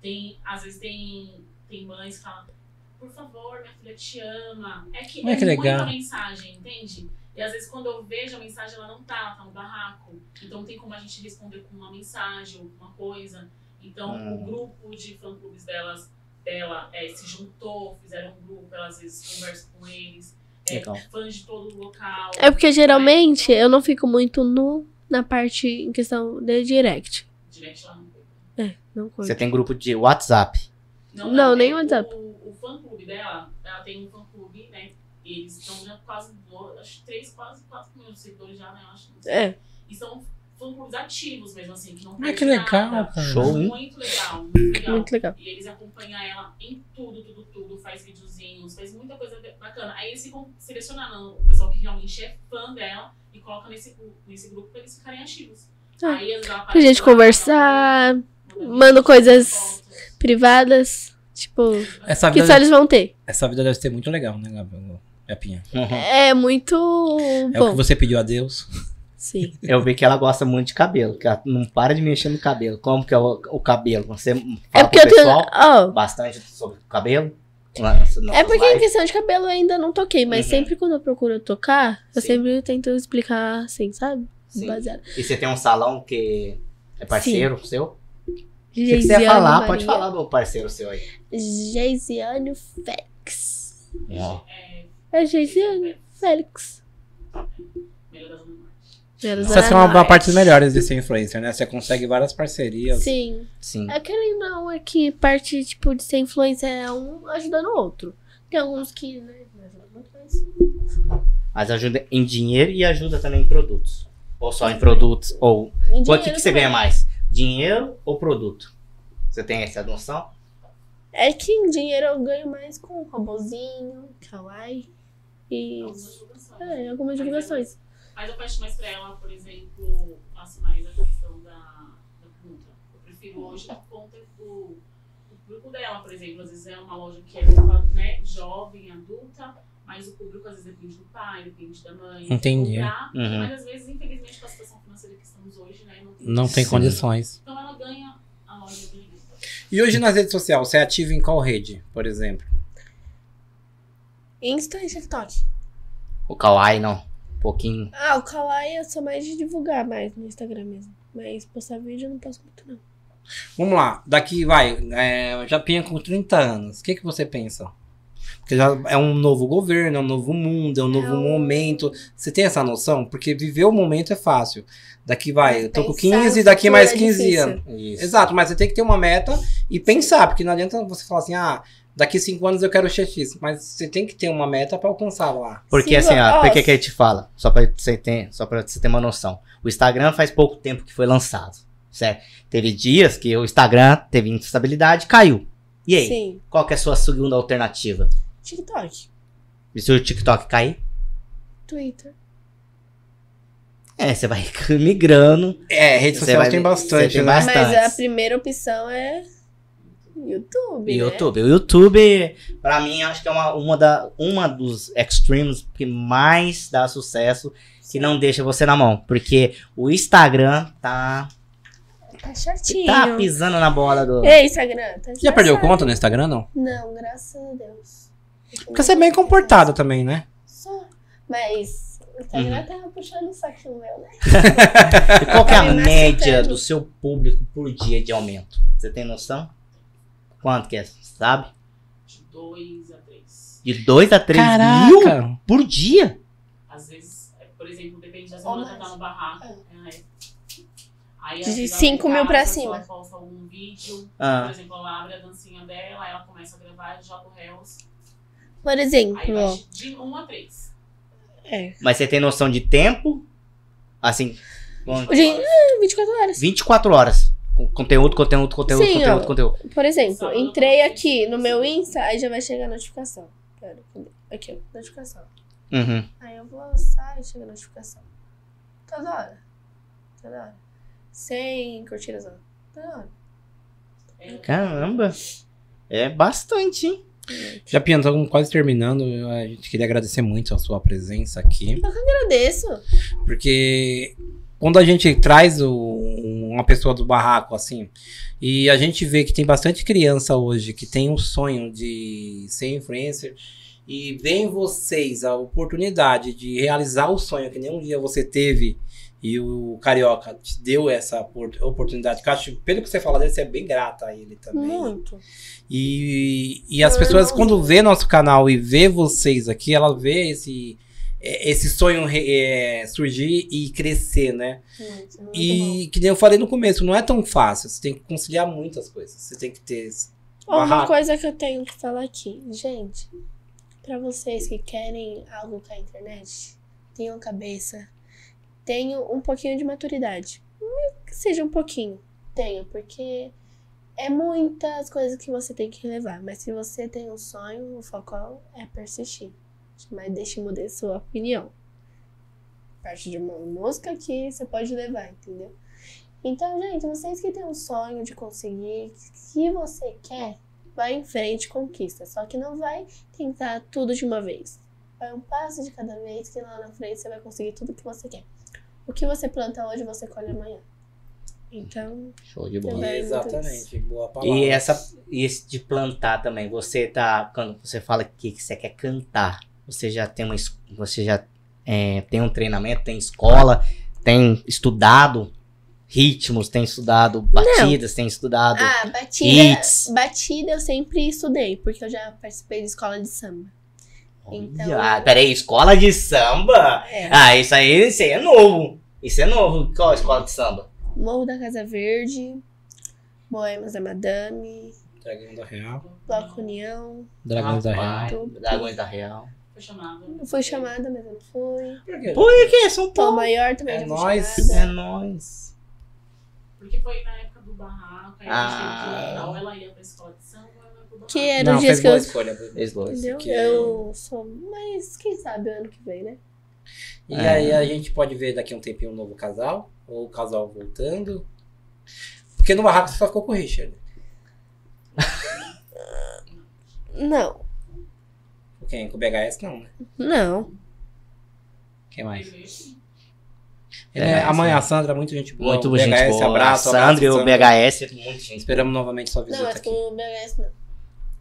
F: Tem, às vezes tem, tem mães que falam, por favor, minha filha te ama. É que
C: Olha
F: é
C: que legal.
F: muita mensagem, entende? E às vezes quando eu vejo a mensagem, ela não tá, ela tá no barraco. Então tem como a gente responder com uma mensagem ou com uma coisa. Então
B: Hum.
F: o grupo de fã clubes delas dela eh, se juntou, fizeram um grupo, ela às vezes conversa com eles, eh,
B: Legal.
F: fãs de todo o local.
A: É porque geralmente eu não fico muito no, na parte em questão de direct.
F: Direct lá no grupo.
A: Não curto.
B: Você tem grupo de WhatsApp.
A: Não,
F: ela
A: nem
F: tem
A: WhatsApp.
F: é, O, o fã clube dela, ela tem um fã clube, né? E eles estão já quase, do- acho que três, quase quatro mil seguidores já, né? eu Acho, não sei.
A: É.
F: E são fã clubes ativos mesmo, assim, que não
C: Ah, que
F: perdem
C: legal,
F: nada.
C: cara.
B: Show, hein?
F: Muito legal, muito legal.
A: Muito legal.
F: E eles acompanham ela em tudo, tudo, tudo, faz videozinhos, faz muita coisa be- bacana. Aí eles ficam selecionando o pessoal que realmente é fã dela e coloca nesse, gru- nesse grupo pra eles ficarem ativos.
A: Ah,
F: Aí eles lá
A: Pra gente
F: aparecem lá,
A: conversar,
F: vídeo,
A: manda coisas-
F: fotos.
A: privadas, tipo,
C: Essa
A: que
C: vida,
A: só eles vão ter.
C: essa vida deve ser muito legal, né, Gabi- Gapinha?
A: É muito
C: É o que
A: bom.
C: você pediu a Deus.
A: Sim.
B: Eu vi que ela gosta muito de cabelo, que ela não para de mexer no cabelo. Como que é o, o cabelo? Você
A: É
B: fala
A: porque
B: pro
A: eu tenho.
B: pessoal
A: ó,
B: bastante sobre o cabelo? Nas- nas
A: é porque em
B: lives?
A: questão de cabelo eu ainda não toquei, mas
B: Uhum.
A: sempre quando eu procuro tocar, eu
B: Sim.
A: sempre tento explicar assim, sabe?
B: Sim.
A: Baseado.
B: E você tem um salão que é parceiro seu? Se
A: Geisiane
B: quiser falar,
A: Maria.
B: pode falar do parceiro seu aí.
A: Geisiane Félix.
B: Ó.
A: É Geisiane Félix.
F: Melhor das memórias.
A: Menos
C: Essa é uma, uma
A: Ana.
C: parte melhores de ser influencer, né? Você consegue várias parcerias.
A: Sim.
B: Sim.
A: É querendo ou não, é que parte, tipo, de ser influência é um ajudando o outro. Tem alguns que, né, não ajudam muito, mas...
B: Mas ajuda em dinheiro e ajuda também em produtos. Ou só em produtos, ou... O
A: em
B: que,
A: dinheiro
B: que você
A: também.
B: ganha mais? Dinheiro ou produto? Você tem essa noção?
A: É que em dinheiro eu ganho mais com um robozinho, kawaii e...
F: Algumas divulgações.
A: É, algumas divulgações.
F: Mas eu peço mais pra ela, por exemplo, faço mais a questão da, da pergunta. Eu prefiro hoje por conta do, do público dela, por exemplo. Às vezes é uma loja que é né, jovem, adulta, mas o público às vezes depende do pai, depende da mãe.
C: Entendi.
F: comprar.
B: Uhum.
F: Mas às vezes, infelizmente, com a situação financeira que estamos hoje, né, não tem.
C: Não tem
B: Sim.
C: condições.
F: Então ela ganha a loja de
C: E hoje nas redes sociais, você é ativo em qual rede, por exemplo?
E: Insta e TikTok.
B: O kawaii, não. Um pouquinho.
A: Ah, o kawaii eu sou mais de divulgar mais no Instagram mesmo. Mas postar vídeo eu não posso muito, não.
C: Vamos lá, daqui vai, é, Japinha com 30 anos, o que, que você pensa? Porque já é um novo governo, é um novo mundo, é um novo
E: um-
C: momento. Você tem essa noção? Porque viver o momento é fácil. Daqui vai, eu tô com
E: Pensar no
C: 15, daqui mais
E: futuro é
C: 15
E: difícil.
C: anos. Exato, mas você tem que ter uma meta e pensar, porque não adianta você falar assim, ah, daqui 5 anos eu quero XX, mas você tem que ter uma meta pra alcançar lá.
B: Porque
A: Sim,
B: assim, ó,
A: ó,
B: por que
A: se-
B: que a gente fala? Só pra você ter, só pra você ter uma noção. O Instagram faz pouco tempo que foi lançado, certo? Teve dias que o Instagram teve instabilidade, caiu. E aí?
A: Sim.
B: Qual que é a sua segunda alternativa?
A: TikTok,
B: E se o TikTok cair?
A: Twitter.
B: É, você vai migrando.
C: É, rede
B: Você
C: social
B: vai-
C: tem
B: você
C: bastante,
B: tem
C: né?
B: bastante.
A: Mas é a primeira opção é YouTube.
B: E
A: né?
B: YouTube. O YouTube, pra mim, acho que é uma, uma, da, uma dos extremes que mais dá sucesso, que não deixa você na mão. Porque o Instagram tá,
E: Tá chatinho.
B: tá pisando na bola do.
A: Ei, Instagram, tá
C: Já perdeu
A: desgraçado.
C: conta no Instagram, não?
A: Não, graças a Deus.
C: Porque você é bem comportada também, né?
A: Só. Mas o Instagram
B: Uhum.
A: tava puxando o saco meu, né?
B: E qual que é a
A: Tá me
B: média
A: machucando.
B: do seu público por dia de aumento? Você tem noção? Quanto que é? Sabe?
F: De 2 a 3.
B: De 2 a 3 mil
C: Caraca!
B: por dia?
F: Às vezes, é, por exemplo, depende da
A: Ou
F: semana
A: mais.
F: que tá no barraco. É. Aí,
A: De
F: às vezes, ela
A: cinco
F: em
A: mil
F: casa,
A: pra
F: só
A: cima.
F: posta um vídeo, por
B: Ah,
F: exemplo, ela abre a dancinha dela, aí ela começa a gravar, joga o réus.
A: Por exemplo,
F: Aí
A: ó.
F: vai de 1 a 3.
A: É.
B: mas você tem noção de tempo? Assim, bom,
A: Gente, 24 horas.
B: 24 horas. Com- Conteúdo, conteúdo, conteúdo,
A: Sim,
B: conteúdo,
A: ó.
B: conteúdo.
A: Por exemplo, entrei aqui no meu Insta, aí já vai chegar a notificação. Pera, cadê? Aqui, ó, notificação.
B: Uhum.
A: Aí eu vou lançar e chega a notificação. Toda hora. Toda hora. Sem curtidas, ó. Toda hora. Uhum.
F: É,
B: Caramba. É bastante, hein?
C: Já Piano, estamos quase terminando. A gente queria agradecer muito a sua presença aqui.
A: Agradeço.
C: Tá Porque quando a gente traz o- uma pessoa do barraco, assim, e a gente vê que tem bastante criança hoje que tem um sonho de ser influencer, e vem vocês a oportunidade de realizar o sonho que nenhum dia você teve, e o Carioca te deu essa opor- oportunidade, que eu acho, pelo que você fala dele, você é bem grata a ele também. né?
A: Muito.
C: E, e as
A: Não,
C: pessoas,
A: não.
C: quando vê nosso canal e vê vocês aqui, ela vê esse, é, esse sonho re- é, surgir e crescer, né?
A: Muito, muito bom.
C: e que nem eu falei no começo, não é tão fácil. Você tem que conciliar muitas coisas. Você tem que ter. esse
A: Ó, Uma
C: barraco.
A: coisa que eu tenho que falar aqui, gente, pra vocês que querem algo com a internet, tenham cabeça, tenham um pouquinho de maturidade. Mesmo Que seja um pouquinho, tenho, porque é muitas coisas que você tem que levar. Mas se você tem um sonho, o foco é persistir. Mas deixe mudar sua opinião. Parte de uma música que você pode levar, entendeu? Então, gente, vocês que têm um sonho de conseguir, se você quer, vai em frente, conquista. Só que não vai tentar tudo de uma vez. Vai um passo de cada vez que lá na frente você vai conseguir tudo que você quer. O que você planta hoje, você colhe amanhã. Então,
B: Show de
A: bola. É,
C: Exatamente. Boa palavra.
B: E essa, e esse de plantar também. Você tá. Quando você fala que que você quer cantar, você já tem uma. es- Você já é, tem um treinamento, tem escola, tem estudado ritmos, tem estudado batidas, tem estudado
A: ah, batida,
B: hits.
A: batida eu sempre estudei, porque eu já participei de escola de samba. então-
B: Ah, peraí, escola de samba?
A: É.
B: Ah, isso aí, isso aí é novo. Isso é novo. Qual a escola de samba?
A: Morro da Casa Verde, Boêmios da Madame,
C: Dragão da Real.
F: então,
A: Bloco União.
C: Dragão da Real.
B: Rapaz, Dragões da Real.
F: Foi chamada.
A: Eu
C: É.
A: fui chamada, mas eu não fui.
C: Por quê?
B: Por que? São
A: Tom
B: Paulo.
A: Maior também
C: É
A: já fui
C: nóis.
A: chamada.
B: É nóis.
F: Porque foi na época do barraco, aí a gente
B: Ah.
F: teve que ou ela ia pra escola de samba, ou ela ia pro barraco.
A: Que é? era
C: Não,
A: os
C: fez
A: dias que
C: boa
A: eu.
C: escolha. boa escolha.
B: Eles dois.
A: Entendeu?
C: que-
A: Eu sou. Mas quem sabe ano que vem, né?
C: E aí a gente pode ver daqui a um tempinho um novo casal, ou o casal voltando. Porque no barraco você só ficou com o Richard.
A: Não,
C: Com Quem? Com o BHS não, né?
A: não.
C: Quem mais?
F: Ele veio assim.
C: Ele é- a
B: BHS,
C: mãe,
B: né?
C: a Sandra, muito gente boa.
B: Muito
C: o
B: gente
C: BHS,
B: boa.
C: abraço.
B: a Sandra e
C: abraço,
B: o BHS, muito gente.
C: Esperamos novamente sua
A: Não,
C: visita
A: mas com
C: tá aqui.
A: o BHS não.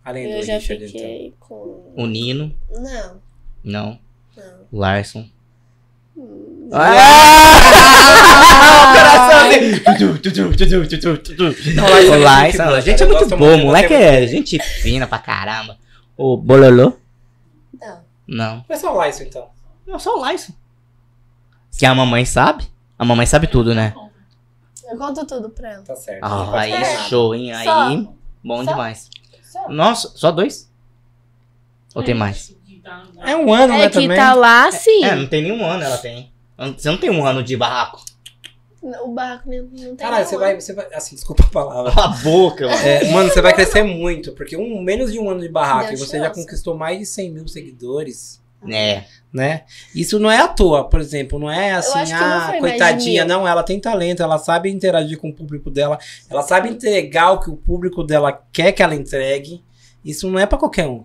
C: Além
A: Eu
C: do
A: já
C: Richard, então.
A: fiquei com.
B: O Nino,
A: Não,
B: não.
A: não.
B: O Larson.
A: Hum,
B: Ah! O Larson, a gente é
C: Eu
B: muito
C: gosto
B: é bom,
C: de
B: moleque
C: você.
B: é gente fina pra caramba. O Bololô?
G: Não.
B: Não.
C: Mas só lá isso então.
B: Não, só o Lyson. Que a mamãe sabe? A mamãe sabe tudo, né?
A: Eu conto tudo pra ela.
C: Tá certo. Não
B: Ah,
C: pode
B: aí
C: falar nada.
B: show, hein? Aí,
G: Só.
B: bom
G: Só.
B: demais.
G: Só.
B: Nossa, só dois? Ou tem mais?
F: tá
C: É um ano, né,
A: É que
C: também?
A: tá lá, sim.
B: É, não tem nenhum ano ela tem. Você não tem um ano de barraco.
A: O barraco nem- não tem
C: Caralho,
A: não,
C: você
A: ó.
C: vai, você vai... Assim, desculpa a palavra.
B: Cala a boca, mano.
C: É, mano, você vai crescer muito, porque um, menos de um ano de barraca e
A: Deus
C: você
A: te
C: já
A: ouça.
C: conquistou mais de 100 mil seguidores,
B: É.
C: né? Isso não é à toa, por exemplo, não é assim,
A: acho que não foi
C: ah,
A: mais de
C: coitadinha,
A: mil.
C: não, ela tem talento, ela sabe interagir com o público dela, ela sabe entregar o que o público dela quer que ela entregue. Isso não é pra qualquer um,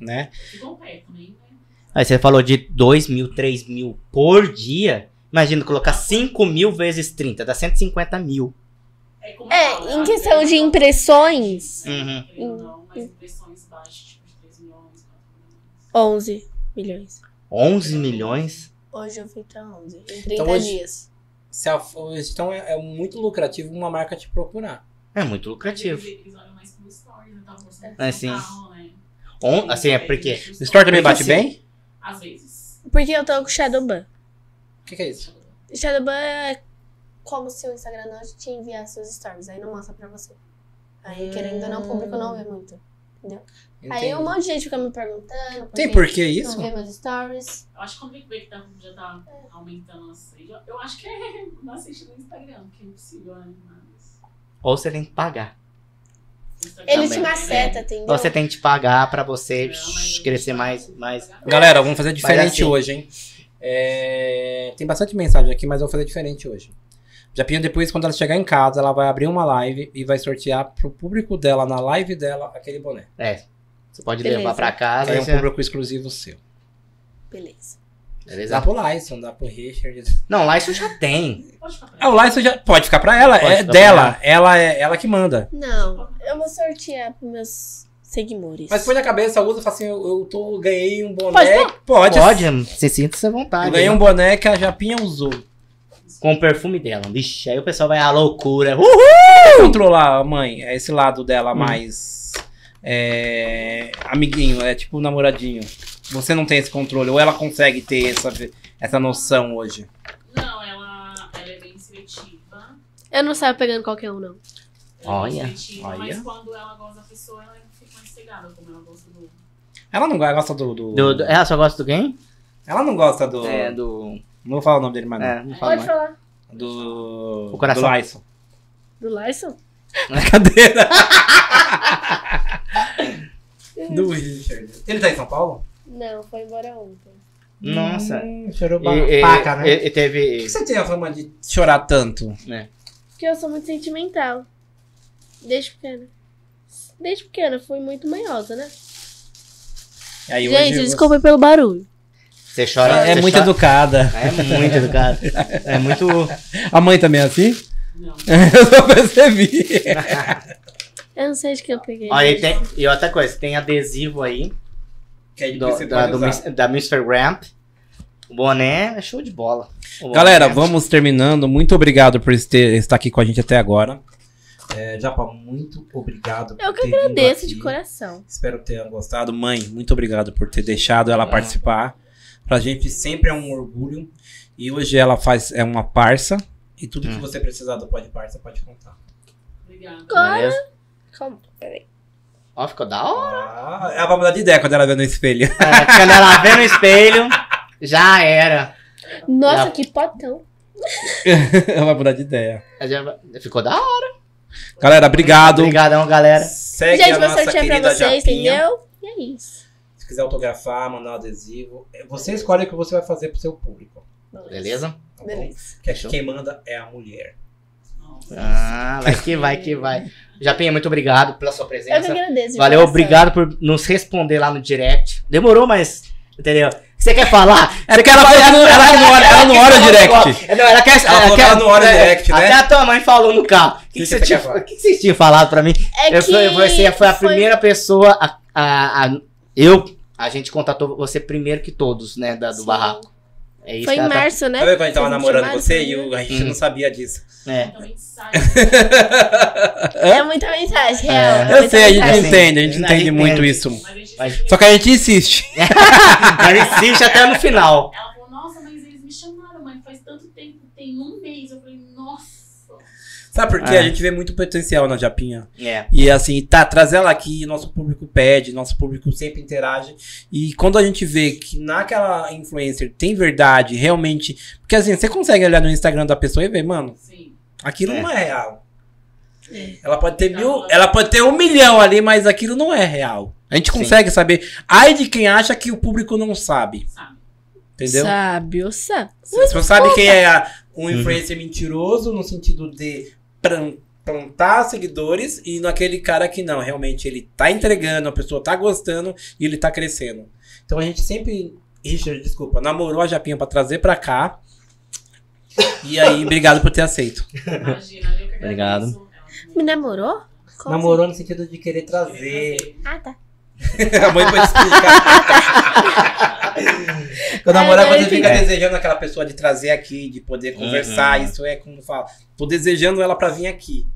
C: né?
F: Ficou perto, né?
B: Aí você falou de 2 mil, 3 mil por dia. Imagina colocar 5 mil vezes 30, dá 150 mil.
F: É, como
A: É,
F: fala,
A: em
F: a
A: questão de
F: grana-
A: impressões,
B: Uhum.
F: Querendo ou Não, um mas impressões baixas, tipo de 3 milhões, 4 milhões.
A: 11 milhões.
B: 11 milhões?
A: Hoje eu fui pra 11, em 30
C: Então hoje-
A: dias.
C: Se a- então é, é muito lucrativo uma marca te procurar.
B: É muito lucrativo.
F: Eles- Eles olham mais pro stories, né? Tava conversando
B: É,
F: com
B: sim.
F: o Paulo, né?
B: On- assim, é porque.
C: O Store também bate
B: Porque
C: bem?
F: assim, Às vezes.
A: Porque eu tô com Shadowban.
C: O que, que é isso?
A: Shadowban é como se o Instagram não te enviasse os stories, aí não mostra pra você. Aí, querendo ou não, o público não vê muito. Aí
C: Entendi.
A: um monte de gente fica me perguntando. por
C: Tem
A: que
C: porquê isso?
A: Não vê meus stories.
F: Eu acho que quando vê que tá, já tá aumentando as. Eu, eu acho que é não assiste no Instagram, porque é impossível, né? Mas.
B: Ou você tem que pagar.
F: o Instagram
A: Ele
B: Também,
A: te
F: também, né?
A: maceta, entendeu?
B: Ou você tem que te pagar pra você
F: Não, mas-
B: crescer mais. mais.
C: Galera, vamos fazer diferente
B: assim.
C: hoje, hein? É, Tem bastante mensagem aqui, mas eu vou fazer diferente hoje. Japinha, depois, quando ela chegar em casa, ela vai abrir uma live e vai sortear pro público dela, na live dela, aquele boné.
B: É. Você pode
A: Beleza.
B: levar pra casa.
C: É um
B: você-
C: público exclusivo seu.
A: Beleza.
C: Dá
B: Beleza?
C: pro Lyson, dá pro Richard.
B: Não, lá isso já tem.
F: Pode ficar pra
C: Ah, o Lyson já pode ficar pra ela,
B: Pode
C: é
B: ficar pra
C: dela. Ela é ela que manda.
A: Não, eu vou sortear pros meus seguidores.
C: Mas põe na cabeça, usa e fala assim: eu, eu tô, ganhei um boné.
A: Pode
C: Pode.
B: Pode, você sinta-se à
C: Eu
B: vontade.
C: ganhei um boné que a Japinha usou.
B: Com o perfume dela. Vixe, aí o pessoal vai à loucura. Uh!
C: controlar a mãe, é esse lado
B: Hum.
C: dela mais é, amiguinho, é tipo namoradinho. Você não tem esse controle, ou ela consegue ter essa, essa noção hoje.
F: Não, ela, ela é bem seletiva.
A: Eu não saio pegando qualquer um, não.
F: Ela é bem
B: Olha,
F: seletiva,
C: olha.
F: Mas quando ela gosta da pessoa, ela fica mais cegada, como ela gosta do.
C: Ela não gosta do. do-
B: Do, do, ela só gosta do quem?
C: Ela não gosta do.
B: É, do.
C: Não vou falar o nome dele mais não.
B: É, não fala mais.
A: Pode falar.
C: Do.
B: O coração.
C: Do Lyson.
A: Do Larson?
C: Brincadeira. do Richard. Ele tá em São Paulo?
A: Não, foi embora ontem.
B: Nossa.
C: Hum, chorou
B: E-
C: pra
B: e-
C: paca, né?
B: e- e
C: Por
B: teve.
C: que você tem a fama de chorar tanto?
A: Porque eu sou muito sentimental. Desde pequena. Desde pequena, fui muito manhosa, né?
C: E aí
A: Gente,
C: hoje
A: desculpa pelo barulho.
B: Você
C: você-
B: chora.
C: É
B: você
C: muito
B: chora-
C: educada.
B: É muito educado. É muito.
C: A mãe também é assim?
F: Não.
C: Eu só percebi.
A: Eu não sei de que eu peguei.
B: Olha, e, Ah, tem, e outra coisa, tem adesivo aí
C: Que aí
B: do,
C: você
B: da,
C: pode
B: do,
C: usar.
B: Mis- da Mr. Ramp. O boné é show de bola. O boné
C: Galera,
B: é-
C: vamos terminando. Muito obrigado por este- estar aqui com a gente até agora. É, Japa, muito obrigado.
A: Eu
C: por
A: que
C: ter vindo
A: agradeço de
C: aqui.
A: coração.
C: Espero que tenham gostado. Mãe, muito obrigado por ter deixado ela participar. Pra gente sempre é um orgulho. E hoje ela faz é uma parça. E tudo que
B: Hum.
C: você precisar do Pode Parça, pode contar.
F: Obrigada.
B: é
A: Agora. Calma, peraí.
B: Ó, ficou da hora.
C: Ah, ela vai mudar de ideia quando ela vê no espelho.
B: É, Quando ela vê no espelho, já era.
A: Nossa,
B: Já-
A: que potão.
C: ela vai mudar É de ideia.
B: Já- Ficou da hora.
C: Galera, obrigado.
B: Obrigadão, galera.
C: Segue
A: Gente,
C: a
A: vou
C: nossa
A: sortear pra
C: querida
A: vocês,
C: Japinha.
A: entendeu? E é isso.
C: Se quiser autografar, mandar um adesivo, é- você escolhe o que você vai fazer pro seu público.
B: Beleza?
C: tá bom?
A: Beleza.
C: Que aqui quem manda é a mulher.
F: Nossa.
B: Ah, vai que vai, que vai. Japinha, muito obrigado pela sua
A: Eu que
B: presença.
A: agradeço. de
B: Valeu,
A: coração.
B: obrigado por nos responder lá no direct. Demorou, mas. Entendeu? Você quer falar?
C: É
B: Você
C: porque
B: quer
C: ela
B: falar?
C: faz no- ela não olha- ela não olha o direct.
B: Não, ela quer.
C: Ela falou que ela não olha o direct, né?
B: Até a tua mãe falou no carro. O que, que,
C: que
B: você
C: você
B: tinha-
C: quer falar?
B: o que que vocês tinham falado pra mim?
A: É
B: eu
A: que
B: falei, você foi a primeira pessoa. A, a- a- eu. A gente contatou você primeiro que todos, né? Da, do
A: Sim.
B: barraco. É isso
A: Foi
B: que
A: em
B: ela tá-
A: março, né?
C: Sabe quando eu tava
A: Vocês me
C: namorando
A: chamaram,
C: você
A: né?
C: e eu- a gente
B: Hum.
C: não sabia disso?
B: É.
F: Muita mensagem.
A: É muita mensagem, real.
B: É.
A: é
H: Eu
A: muita
H: sei, a gente
A: mensagem.
H: entende, a gente
B: Sim.
H: entende
B: A gente
H: muito
B: entende.
H: isso.
F: Mas a gente
B: Mas-
F: se
H: Só que a gente insiste.
B: Ela insiste até no final.
F: Ela falou, nossa, mas eles me chamaram, mãe, faz tanto tempo, tem um mês. Eu falei, nossa.
C: Sabe por quê?
B: É.
C: A gente vê muito potencial na Japinha.
B: É.
C: E assim, tá, traz ela aqui, nosso público pede, nosso público sempre interage. E quando a gente vê que naquela influencer tem verdade, realmente. Porque assim, você consegue olhar no Instagram da pessoa e ver, mano,
F: Sim.
C: aquilo
B: É.
C: não é real.
A: É.
C: Ela pode ter
F: Não,
C: mil.
F: ela-
C: Ela pode ter um milhão ali, mas aquilo não é real. A gente
B: Sim.
C: consegue saber. Ai de quem acha que o público não sabe.
F: Sabe?
C: Entendeu?
A: Sábio, sábio.
C: Você não sabe quem é a- um influencer mentiroso no sentido de pran- plantar seguidores e naquele cara que não, realmente ele tá entregando, a pessoa tá gostando e ele tá crescendo. Então a gente sempre, Richard, desculpa, namorou a Japinha pra trazer pra cá. E aí, obrigado por ter aceito.
F: Imagina, eu que
B: Obrigado.
F: agradeço.
A: Me namorou? Como
C: Namorou no sentido de querer trazer.
A: assim? Ah, tá.
C: a mãe pode explicar. Quando namorar,
A: Agora
C: você fica
B: entendi.
C: desejando aquela pessoa de trazer aqui, de poder conversar.
B: Uhum.
C: Isso é como fala. Tô desejando ela pra vir aqui.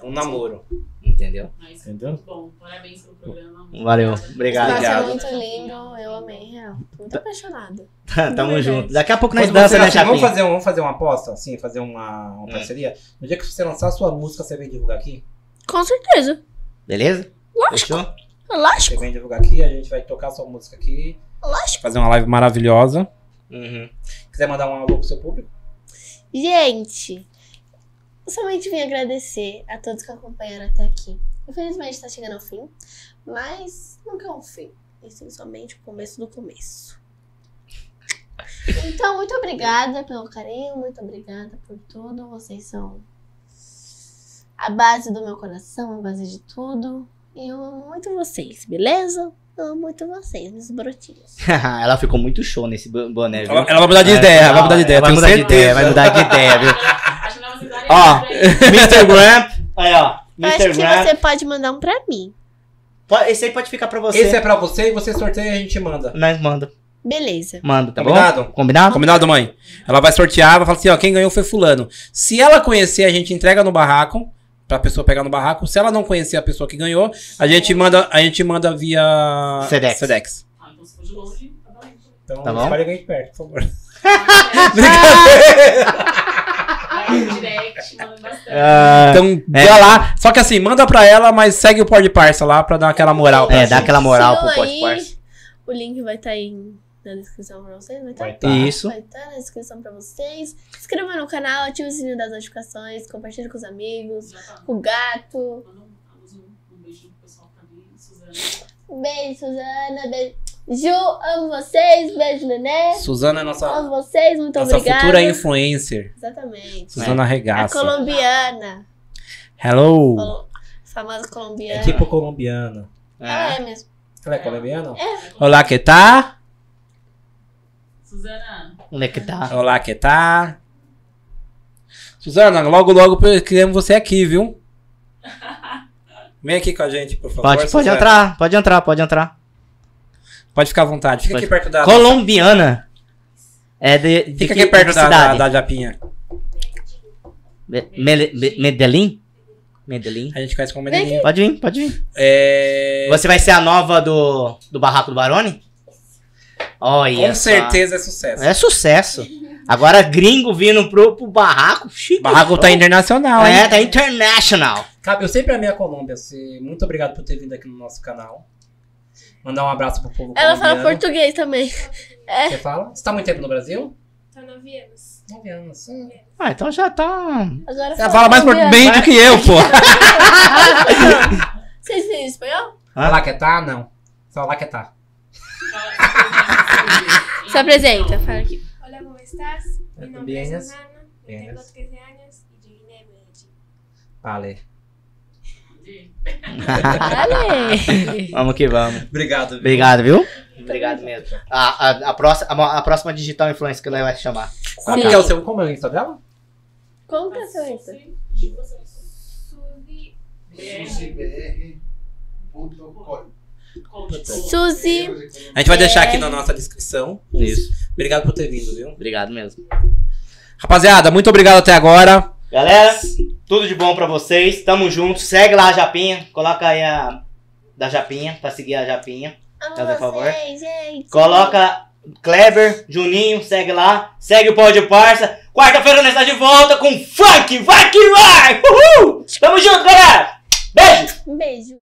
C: É um namoro.
B: Entendeu?
F: Mas,
C: Entendeu?
F: bom, parabéns pelo programa. muito
B: Valeu.
F: obrigada.
B: Obrigado.
A: Nossa,
C: Obrigado.
A: é muito lindo. Eu amei, real. Tô muito apaixonada.
B: Tamo
A: Verdade.
B: junto. Daqui a pouco nós
C: Quando você
B: dança, né,
C: lançar- vamos,
B: Chapinha?
C: fazer, um- vamos fazer uma aposta, assim, fazer uma, uma
B: Hum.
C: parceria. No dia que você lançar a sua música, você vem divulgar aqui?
A: Com certeza.
B: Beleza?
A: Lógico,
B: Fechou?
C: Você
A: lógico,
C: vem divulgar aqui, a gente vai tocar a sua música aqui.
A: lógico.
C: Fazer uma live maravilhosa.
B: Uhum.
C: Quiser mandar um alô pro seu público?
A: Gente, somente vim agradecer a todos que acompanharam até aqui. Infelizmente tá chegando ao fim, mas nunca é um fim. E sim somente o começo do começo. Então, muito obrigada pelo carinho, muito obrigada por tudo. Vocês são a base do meu coração, a base de tudo. E eu amo muito vocês, beleza? Eu amo muito vocês, meus brotinhos.
B: ela ficou muito show nesse bo- boné, viu?
C: vai
B: É, não,
C: mudar
B: ela Vai mudar de ideia, vai mudar de ideia, viu?
F: A generosidade é
B: Ó.
F: grande.
B: Mr. Grump. Aí, ó.
A: Eu acho
B: Mr.
A: que
B: Grump.
A: você pode mandar um pra mim.
B: Po- Esse aí pode ficar pra você.
C: Esse é pra você e você sorteia e a gente manda.
B: Nós manda.
A: Beleza.
B: Manda, tá
C: Combinado?
B: bom? Combinado?
C: Combinado, mãe? Ela vai sortear, vai falar assim, ó, quem ganhou foi fulano. Se ela conhecer, a gente entrega no barraco, pra pessoa pegar no barraco. Se ela não conhecer a pessoa que ganhou, a gente manda, a gente manda via...
B: Sedex.
C: Sedex.
F: Ah, então se for de longe, tá valendo.
C: Então,
B: Tá bom?
C: escolhe alguém de perto, por favor.
F: Aí, direct, manda bastante.
B: Ah,
C: Então,
B: É.
C: vai lá. Só que assim, manda pra ela, mas segue o pó de parça lá pra dar aquela moral. pra
B: é,
C: gente.
B: dá aquela moral pro
A: Sigam Então aí.
B: podcast.
A: O link vai estar aí na descrição pra vocês. Vai estar
C: Vai tá.
B: Isso.
A: vai tá na descrição pra vocês. Se inscreva no canal, ative o sininho das notificações, compartilhe com os amigos,
F: Já tá.
A: com o gato.
F: Manda um, alôzinho, um beijo pro pessoal que tá ali, Suzana.
A: Um Beijo, Suzana. Beijo. Ju, amo vocês. Beijo, Nené.
C: Suzana é nossa,
A: Amo vocês. Muito
C: nossa
A: obrigada. É
C: futura influencer.
A: Exatamente.
B: É.
C: Suzana
A: A
C: Regaça.
A: colombiana.
C: Hello.
A: Colo- Famosa colombiana.
C: É tipo colombiana.
A: Ah,
B: É.
A: é mesmo.
C: Ela é colombiana? Olá,
F: Olá.
C: que tá?
F: Suzana,
B: Onde é que tá?
C: Olá, que tá? Suzana, logo, logo queremos você aqui, viu? Vem aqui com a gente, por favor.
B: Pode, pode
C: Suzana.
B: entrar, pode entrar, pode entrar.
C: Pode ficar à vontade. Fica
B: Pode.
C: aqui perto da.
B: Colombiana. É de, de
C: Tá. Fica
B: que-
C: aqui perto
B: que
C: da, da,
B: cidade?
C: da Japinha.
B: Me- Mele- Me- Medellín? Medellín.
C: A gente conhece como
A: Vem aqui.
C: Medellín.
B: Pode vir, pode vir.
C: É...
B: Você vai ser a nova do, do Barraco do Barone? Olha
C: Com
B: só.
C: certeza é sucesso.
B: É sucesso. Agora gringo vindo pro, pro barraco. Chique.
C: Barraco tá internacional, hein?
B: É, tá international.
C: Cabe, eu sempre amei a Colômbia. Você... Muito obrigado por ter vindo aqui no nosso canal. Mandar um abraço pro povo
A: Ela
C: colombiano.
A: fala português também.
C: Você fala? Você tá muito tempo no Brasil?
I: Tá nove anos.
C: Nove anos. hum.
B: Ah, então já tá.
A: Agora
C: Ela fala mais por-
A: colombiana.
C: bem do que eu, pô.
A: Vocês têm espanhol?
B: Hã?
C: Lá que tá? Não. Só lá que tá.
F: fala
A: Se apresenta, fala aqui.
I: Hola, ¿cómo estás? Mi nombre
C: Bien.
I: es Susana, yo
C: Bien.
I: tengo 13 años y yo vine de Medellín.
C: Vale.
A: Vale.
B: Vamos que vamos.
C: Obrigado.
B: Obrigado, viu? Obrigado mesmo. A, a, a próxima, a, a próxima digital influencer que nós vai chamar.
C: Como
A: Sim.
C: que é o seu... Como é o Insta dela?
A: Como que é seu Insta?
I: Subi,
F: Gente,
J: Suzy.br.com.
A: Suzy.
D: A gente vai
A: É.
D: deixar aqui na nossa descrição.
B: Isso.
D: Obrigado por ter vindo, viu?
B: Obrigado mesmo.
C: Rapaziada, muito obrigado até agora.
B: Galera, tudo de bom pra vocês. Tamo junto. Segue lá a Japinha. Coloca aí a da Japinha, pra seguir a Japinha.
E: Amo
B: Faz um favor.
E: vocês, gente.
B: Coloca Kleber, Juninho, segue lá. Segue o Pódio Parça. Quarta-feira nós está de volta com funk. Vai que vai! Uhul! Tamo junto, galera! Beijo!
E: Um beijo.